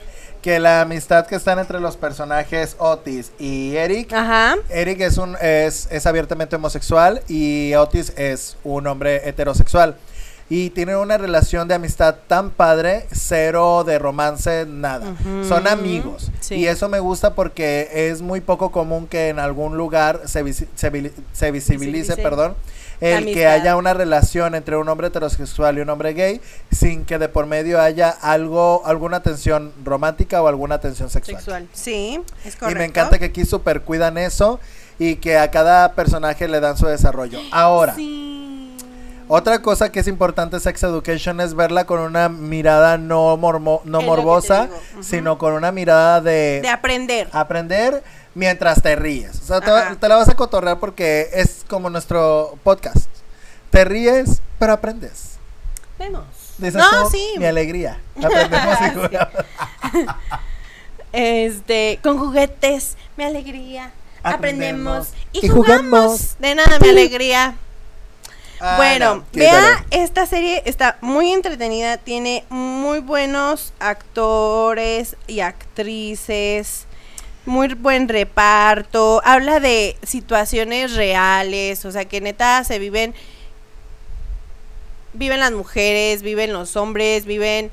S1: Que la amistad que están entre los personajes Otis y Eric.
S2: Ajá.
S1: Eric es un es, es abiertamente homosexual y Otis es un hombre heterosexual. Y tienen una relación de amistad tan padre, cero de romance, nada.
S2: Ujú.
S1: Son amigos.
S2: Sí.
S1: Y eso me gusta porque es muy poco común que en algún lugar se, visi- se vili- se visibilice,
S2: Visibilice.
S1: perdón, el que
S2: Amistad.
S1: haya una relación entre un hombre heterosexual y un hombre gay sin que de por medio haya algo, alguna tensión romántica o alguna tensión sexual.
S2: Sexual. Sí, es
S1: Y
S2: correcto.
S1: me encanta que aquí super cuidan eso y que a cada personaje le dan su desarrollo. Ahora, otra cosa que es importante Sex Education es verla con una mirada no, mormo- no
S2: Es lo que te
S1: morbosa,
S2: digo, ujú.
S1: sino con una mirada de,
S2: De aprender.
S1: Ah. aprender mientras te ríes. O sea, te,
S2: Ajá.
S1: te la vas a cotorrear porque es como nuestro podcast. Te ríes, pero aprendes.
S2: Vemos.
S1: Dices
S2: No,
S1: tú,
S2: sí.
S1: mi alegría. Aprendemos y jugamos.
S2: Este, con juguetes, mi alegría. Aprendemos,
S1: Aprendemos
S2: y,
S1: y
S2: jugamos.
S1: jugamos.
S2: De nada, mi alegría.
S1: Ah,
S2: bueno,
S1: no, qué
S2: vea,
S1: dolor.
S2: esta serie está muy entretenida, tiene muy buenos actores y actrices, muy buen reparto, habla de situaciones reales, o sea que neta se viven, viven las mujeres, viven los hombres, viven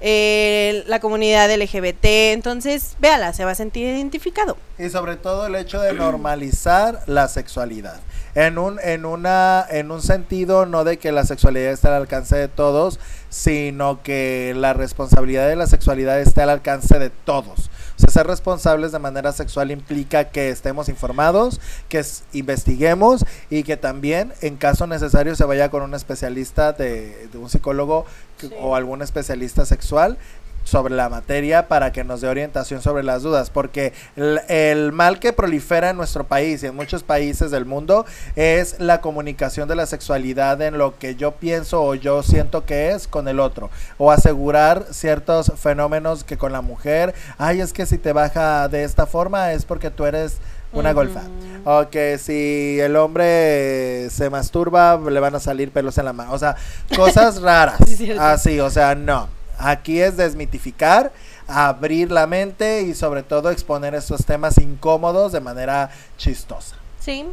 S2: eh, la comunidad LGBT, entonces véala, se va a sentir identificado.
S1: Y sobre todo el hecho de normalizar la sexualidad. En un, en una, en un sentido no de que la sexualidad esté al alcance de todos, sino que la responsabilidad de la sexualidad esté al alcance de todos. O sea, ser responsables de manera sexual implica que estemos informados, que s- investiguemos y que también, en caso necesario, se vaya con un especialista de, de un psicólogo que- o algún especialista sexual sobre la materia para que nos dé orientación sobre las dudas, porque el, el mal que prolifera en nuestro país y en muchos países del mundo es la comunicación de la sexualidad en lo que yo pienso o yo siento que es con el otro, o asegurar ciertos fenómenos que con la mujer, ay, es que si te baja de esta forma es porque tú eres una golfa. O que si el hombre se masturba, le van a salir pelos en la mano. O sea, cosas raras. Así, o sea, no. Aquí es desmitificar, abrir la mente y sobre todo exponer estos temas incómodos de manera chistosa.
S2: Sí,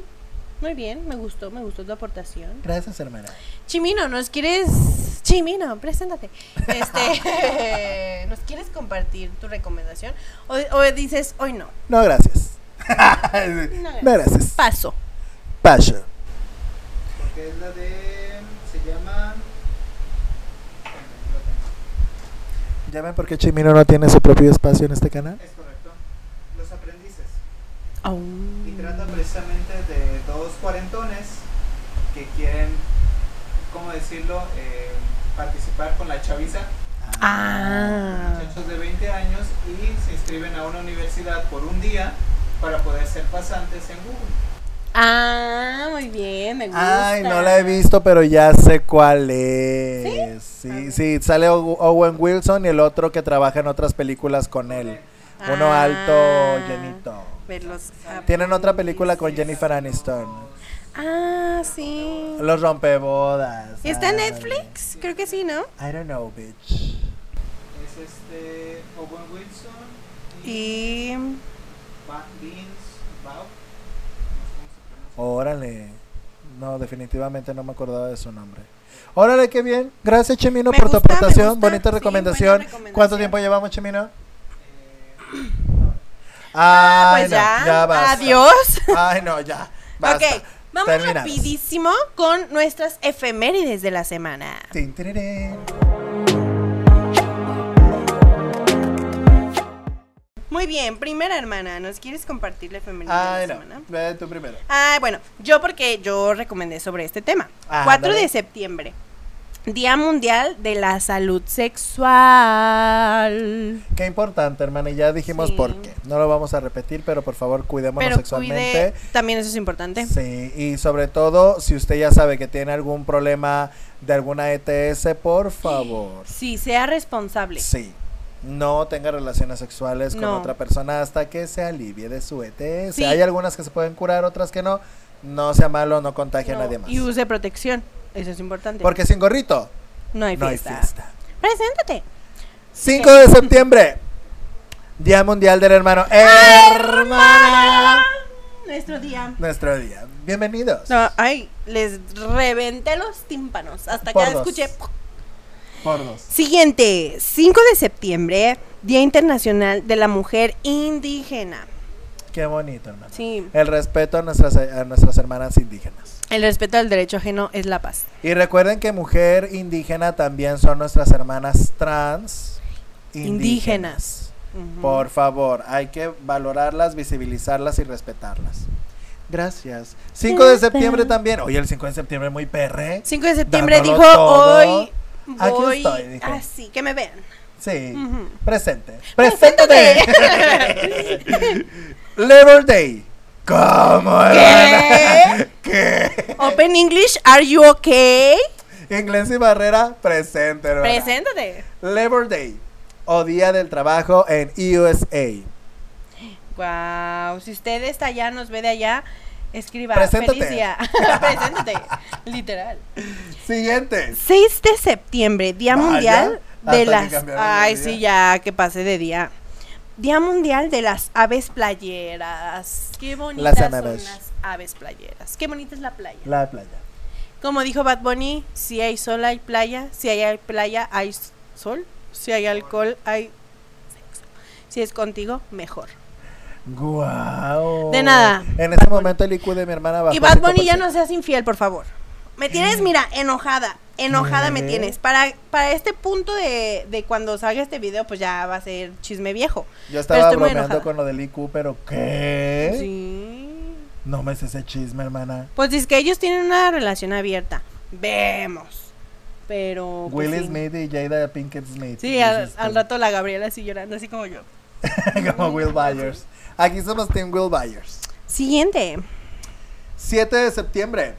S2: muy bien, me gustó, me gustó tu aportación.
S1: Gracias, hermana.
S2: Chimino, ¿nos quieres... Chimino, preséntate. Este, ¿Nos quieres compartir tu recomendación? O, o dices, hoy no.
S1: No, gracias.
S2: No,
S1: No, gracias.
S2: Paso.
S1: Passion.
S4: Porque es la de. Se llama.
S1: Ya ven por qué Chimino no tiene su propio espacio en este canal.
S4: Es correcto. Los aprendices. Y trata precisamente de dos cuarentones que quieren, ¿cómo decirlo?, Eh, participar con la chaviza.
S2: Ah.
S4: Muchachos de 20 años y se inscriben a una universidad por un día para poder ser pasantes en Google.
S2: Ah, muy bien, me gusta.
S1: Ay, no la he visto, pero ya sé cuál es. Sí, sí, sale Ow- Owen Wilson y el otro que trabaja en otras películas con él. Uno
S2: Ah.
S1: alto, llenito.
S2: Verlos.
S1: Tienen otra película con Jennifer Aniston.
S2: Ah, sí.
S1: Los rompebodas.
S2: ¿Está en
S1: Ándale.
S2: Netflix? Creo que sí, ¿no?
S1: I don't know, bitch.
S4: Es este Owen Wilson
S2: Y...
S4: Ba- Vince Vaughn.
S1: Órale. No, definitivamente no me acordaba de su nombre. Órale, qué bien. Gracias, Chemino,
S2: Me
S1: por tu
S2: gusta, me
S1: aportación.
S2: gusta.
S1: Bonita
S2: Sí,
S1: recomendación.
S2: buena recomendación. Eh,
S1: ¿Cuánto tiempo llevamos, Chemino? Ah,
S2: pues ya.
S1: basta.
S2: Adiós.
S1: Ay, no, ya. Basta.
S2: Ok, vamos
S1: Terminamos.
S2: rapidísimo con nuestras efemérides de la semana.
S1: Tin, tirirín.
S2: Muy bien, primera hermana, ¿nos quieres compartir la femenina de
S1: Ay,
S2: la
S1: no.
S2: semana?
S1: Ve tú primero.
S2: Ah, bueno, yo porque yo recomendé sobre este tema.
S1: Ah,
S2: 4
S1: dale.
S2: de septiembre, Día Mundial de la Salud Sexual.
S1: Qué importante, hermana. Y ya dijimos
S2: Sí.
S1: por qué. No lo vamos a repetir, pero por favor, cuidémonos
S2: Pero
S1: sexualmente.
S2: cuide, también eso es importante.
S1: Sí, y sobre todo, si usted ya sabe que tiene algún problema de alguna ETS, por favor.
S2: Sí, sea responsable.
S1: Sí. No tenga relaciones sexuales con
S2: No.
S1: otra persona hasta que se alivie de su ETS.
S2: Sí.
S1: Hay algunas que se pueden curar, otras que no. No sea malo, no contagie a
S2: No,
S1: nadie más.
S2: Y use protección, eso es importante.
S1: Porque sin gorrito
S2: no hay
S1: no hay
S2: fiesta.
S1: fiesta.
S2: Preséntate.
S1: 5 de septiembre, Día Mundial del Hermano. Hermana.
S2: Nuestro día.
S1: Nuestro día. Bienvenidos.
S2: No, ay, les reventé los tímpanos hasta
S1: Por
S2: que
S1: dos.
S2: escuché.
S1: Por dos.
S2: Siguiente, 5 de septiembre, Día Internacional de la Mujer Indígena.
S1: Qué bonito, hermano.
S2: Sí,
S1: El respeto a nuestras, a nuestras hermanas indígenas.
S2: el respeto al derecho ajeno es la paz.
S1: Y recuerden que mujer indígena también son nuestras hermanas trans
S2: Indígenas. Ujú.
S1: Por favor, hay que valorarlas, visibilizarlas y respetarlas. Gracias. 5 de septiembre también. Oye, el 5 de septiembre muy perre.
S2: 5 de septiembre
S1: Dándolo
S2: dijo,
S1: todo.
S2: hoy
S1: Aquí
S2: voy
S1: estoy, dijo.
S2: así, que me vean.
S1: Sí.
S2: Ujú.
S1: Presente. Preséntate. Labor Day. ¿Cómo
S2: ¿Qué? Open English, are you okay?
S1: Inglés y Barrera, presente, hermana.
S2: Preséntate.
S1: Labor Day. O Día del Trabajo en USA.
S2: Wow, si usted está allá, nos ve de allá, escriba
S1: Preséntate.
S2: feliz día. Preséntate, literal.
S1: Siguiente.
S2: 6 de septiembre, Día
S1: Vaya,
S2: Mundial
S1: hasta
S2: de
S1: le
S2: las
S1: cambiaron el
S2: Ay,
S1: día.
S2: sí, ya que pase de día. Día Mundial de las Aves Playeras. Qué bonitas
S1: Las
S2: son
S1: aves.
S2: las aves playeras. Qué bonita es la playa.
S1: La playa.
S2: Como dijo Bad Bunny, si hay sol hay playa, si hay playa hay s- sol, si hay alcohol hay sexo. Si es contigo, mejor.
S1: Guau.
S2: De nada.
S1: En ese momento el IQ de mi hermana bajó.
S2: Y Bad
S1: 5%.
S2: Bunny ya no seas infiel, por favor. Me tienes, mira, enojada. Enojada me
S1: ¿Eh?
S2: tienes. Para, para este punto de, de cuando salga este video, pues ya va a ser chisme viejo.
S1: Yo
S2: Pero
S1: estaba
S2: estoy muy
S1: bromeando
S2: enojada.
S1: con lo del IQ, pero ¿qué?
S2: Sí.
S1: No me sé ese chisme, hermana.
S2: Pues dice que ellos tienen una relación abierta. Vemos. Pero. pues,
S1: Will
S2: sí.
S1: Smith y Jada Pinkett Smith.
S2: Sí, al,
S1: Dices "Pues tú.
S2: al rato la Gabriela así llorando, así como yo.
S1: Como Will Byers. Aquí somos Team Will Byers.
S2: Siguiente.
S1: 7 de septiembre.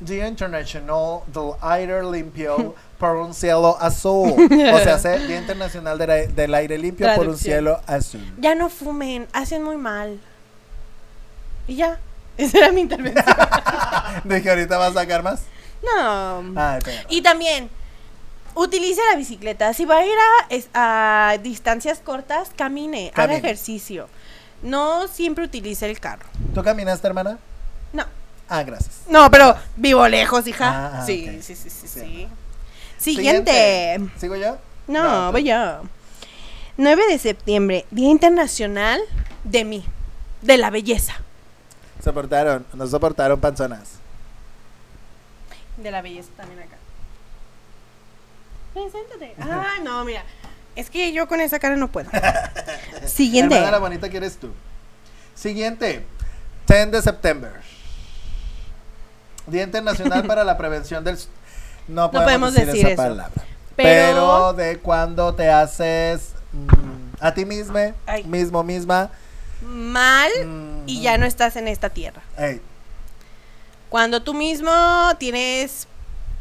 S1: Día Internacional del Aire Limpio por un cielo azul. O sea, se- Día Internacional del, Aire- del Aire Limpio por un
S2: Traducción.
S1: cielo azul.
S2: Ya no fumen, hacen muy mal. Y ya. Esa era mi intervención.
S1: Dije, ahorita va a sacar más. Ah,
S2: No.
S1: Ay, pero.
S2: Y también, utilice la bicicleta. Si va a ir a, es- a distancias cortas, camine, haga
S1: Camine.
S2: ejercicio. No siempre utilice el carro.
S1: ¿Tú caminaste, hermana?
S2: No.
S1: Ah, gracias.
S2: No, pero vivo lejos, hija.
S1: Ah, ah,
S2: sí,
S1: ok.
S2: sí, sí, sí, sí. Siguiente.
S1: Siguiente. ¿Sigo yo?
S2: No,
S1: No, tú.
S2: voy yo. 9 de septiembre, Día Internacional de mí, de la belleza.
S1: Soportaron, nos soportaron panzonas.
S2: De la belleza también acá. Preséntate. Ah, no, mira. Es que yo con esa cara no puedo. Siguiente.
S1: Hermana la bonita que eres tú. Siguiente. 10 de septiembre. Día Internacional para la Prevención del... s- No podemos,
S2: podemos
S1: decir,
S2: decir
S1: esa
S2: eso.
S1: palabra.
S2: Pero-
S1: Pero... de cuando te haces mm, a ti misma,
S2: Ay.
S1: mismo, misma. mm,
S2: Mal y ya no estás en esta tierra.
S1: ey,
S2: Cuando tú mismo tienes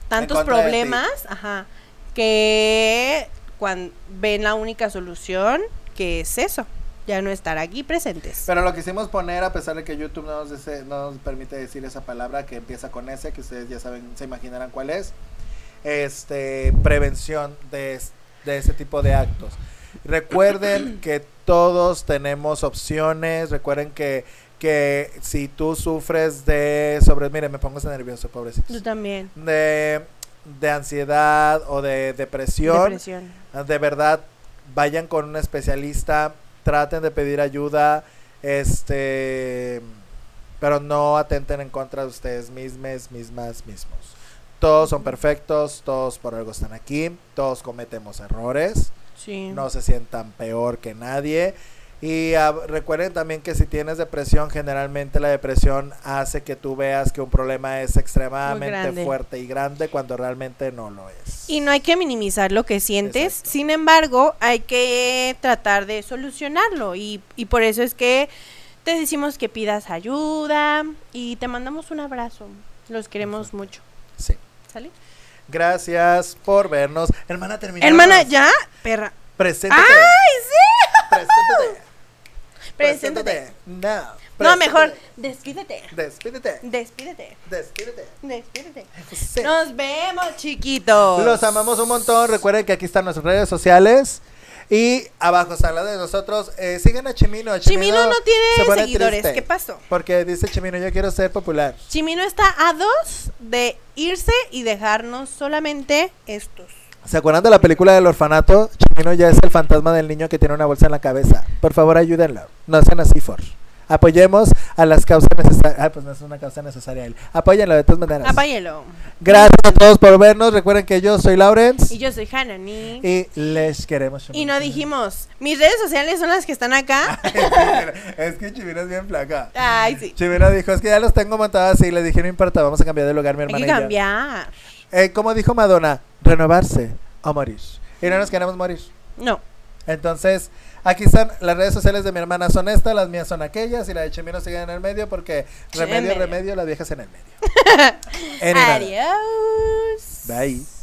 S2: tantos
S1: En contra de ti.
S2: problemas, ajá, que cuan- ven la única solución, que es eso, ya no estar aquí presentes.
S1: Pero lo quisimos poner, a pesar de que YouTube no nos, dice- no nos permite decir esa palabra que empieza con S, que ustedes ya saben, se imaginarán cuál es. Este, prevención de, es- de ese tipo de actos. Recuerden que todos tenemos opciones. Recuerden que, que si tú sufres de sobre. Mire, me pongo nervioso,
S2: Tú
S1: pobrecitos.
S2: también.
S1: De, de ansiedad o de depresión
S2: Depresión.
S1: Ah, de verdad vayan con un especialista, traten de pedir ayuda, este, pero no atenten en contra de ustedes mismes, mismas, mismos. Todos son perfectos, todos por algo están aquí, todos cometemos errores,
S2: Sí.
S1: no se sientan peor que nadie Y ah, recuerden también que si tienes depresión, generalmente la depresión hace que tú veas que un problema es extremadamente
S2: grande.
S1: fuerte y grande cuando realmente no lo es.
S2: Y no hay que minimizar lo que sientes, sin embargo, hay que tratar de solucionarlo y, y por eso es que te decimos que pidas ayuda y te mandamos un abrazo. Los queremos mucho.
S1: Sí.
S2: ¿Sale?
S1: Gracias por vernos. Hermana, terminamos.
S2: Hermana, ¿ya? Perra.
S1: Preséntate.
S2: ¡Ay, sí! Preséntate.
S1: Preséntate. No.
S2: No, mejor, despídete.
S1: Despídete.
S2: Despídete.
S1: Despídete.
S2: Despídete. Nos vemos, chiquitos.
S1: Los amamos un montón. Recuerden que aquí están nuestras redes sociales. Y abajo está la de nosotros. Eh, sigan a Chimino.
S2: Chimino no
S1: se
S2: tiene
S1: pone
S2: seguidores.
S1: triste
S2: ¿Qué pasó?
S1: Porque dice Chimino, yo quiero ser popular.
S2: Chimino está a dos de irse y dejarnos solamente estos.
S1: ¿Se acuerdan de la película del orfanato? Chimino ya es el fantasma del niño que tiene una bolsa en la cabeza. Por favor, ayúdenlo. No sean así, for. Apoyemos a las causas necesarias. Ah, pues no es una causa necesaria él. Apóyenlo de todas maneras.
S2: Apáyelo.
S1: Gracias a todos por vernos. Recuerden que yo soy Lawrence
S2: Y yo soy Hanani.
S1: y les queremos.
S2: Y no dijimos, mis redes sociales son las que están acá.
S1: es que Chimino es bien flaca.
S2: Ay, sí.
S1: Chimino dijo, es que ya los tengo montados así. Le dije, no importa, vamos a cambiar de lugar, mi
S2: Hay
S1: hermana.
S2: que
S1: y yo".
S2: cambiar.
S1: Eh, como dijo Madonna, renovarse o morir. Y no nos queremos morir.
S2: No.
S1: Entonces, aquí están las redes sociales de mi hermana son estas, las mías son aquellas y la de Chimino sigue en el medio porque
S2: Sí, en
S1: remedio,
S2: medio.
S1: remedio, la vieja es en el medio. En y nada.
S2: Adiós.
S1: Bye.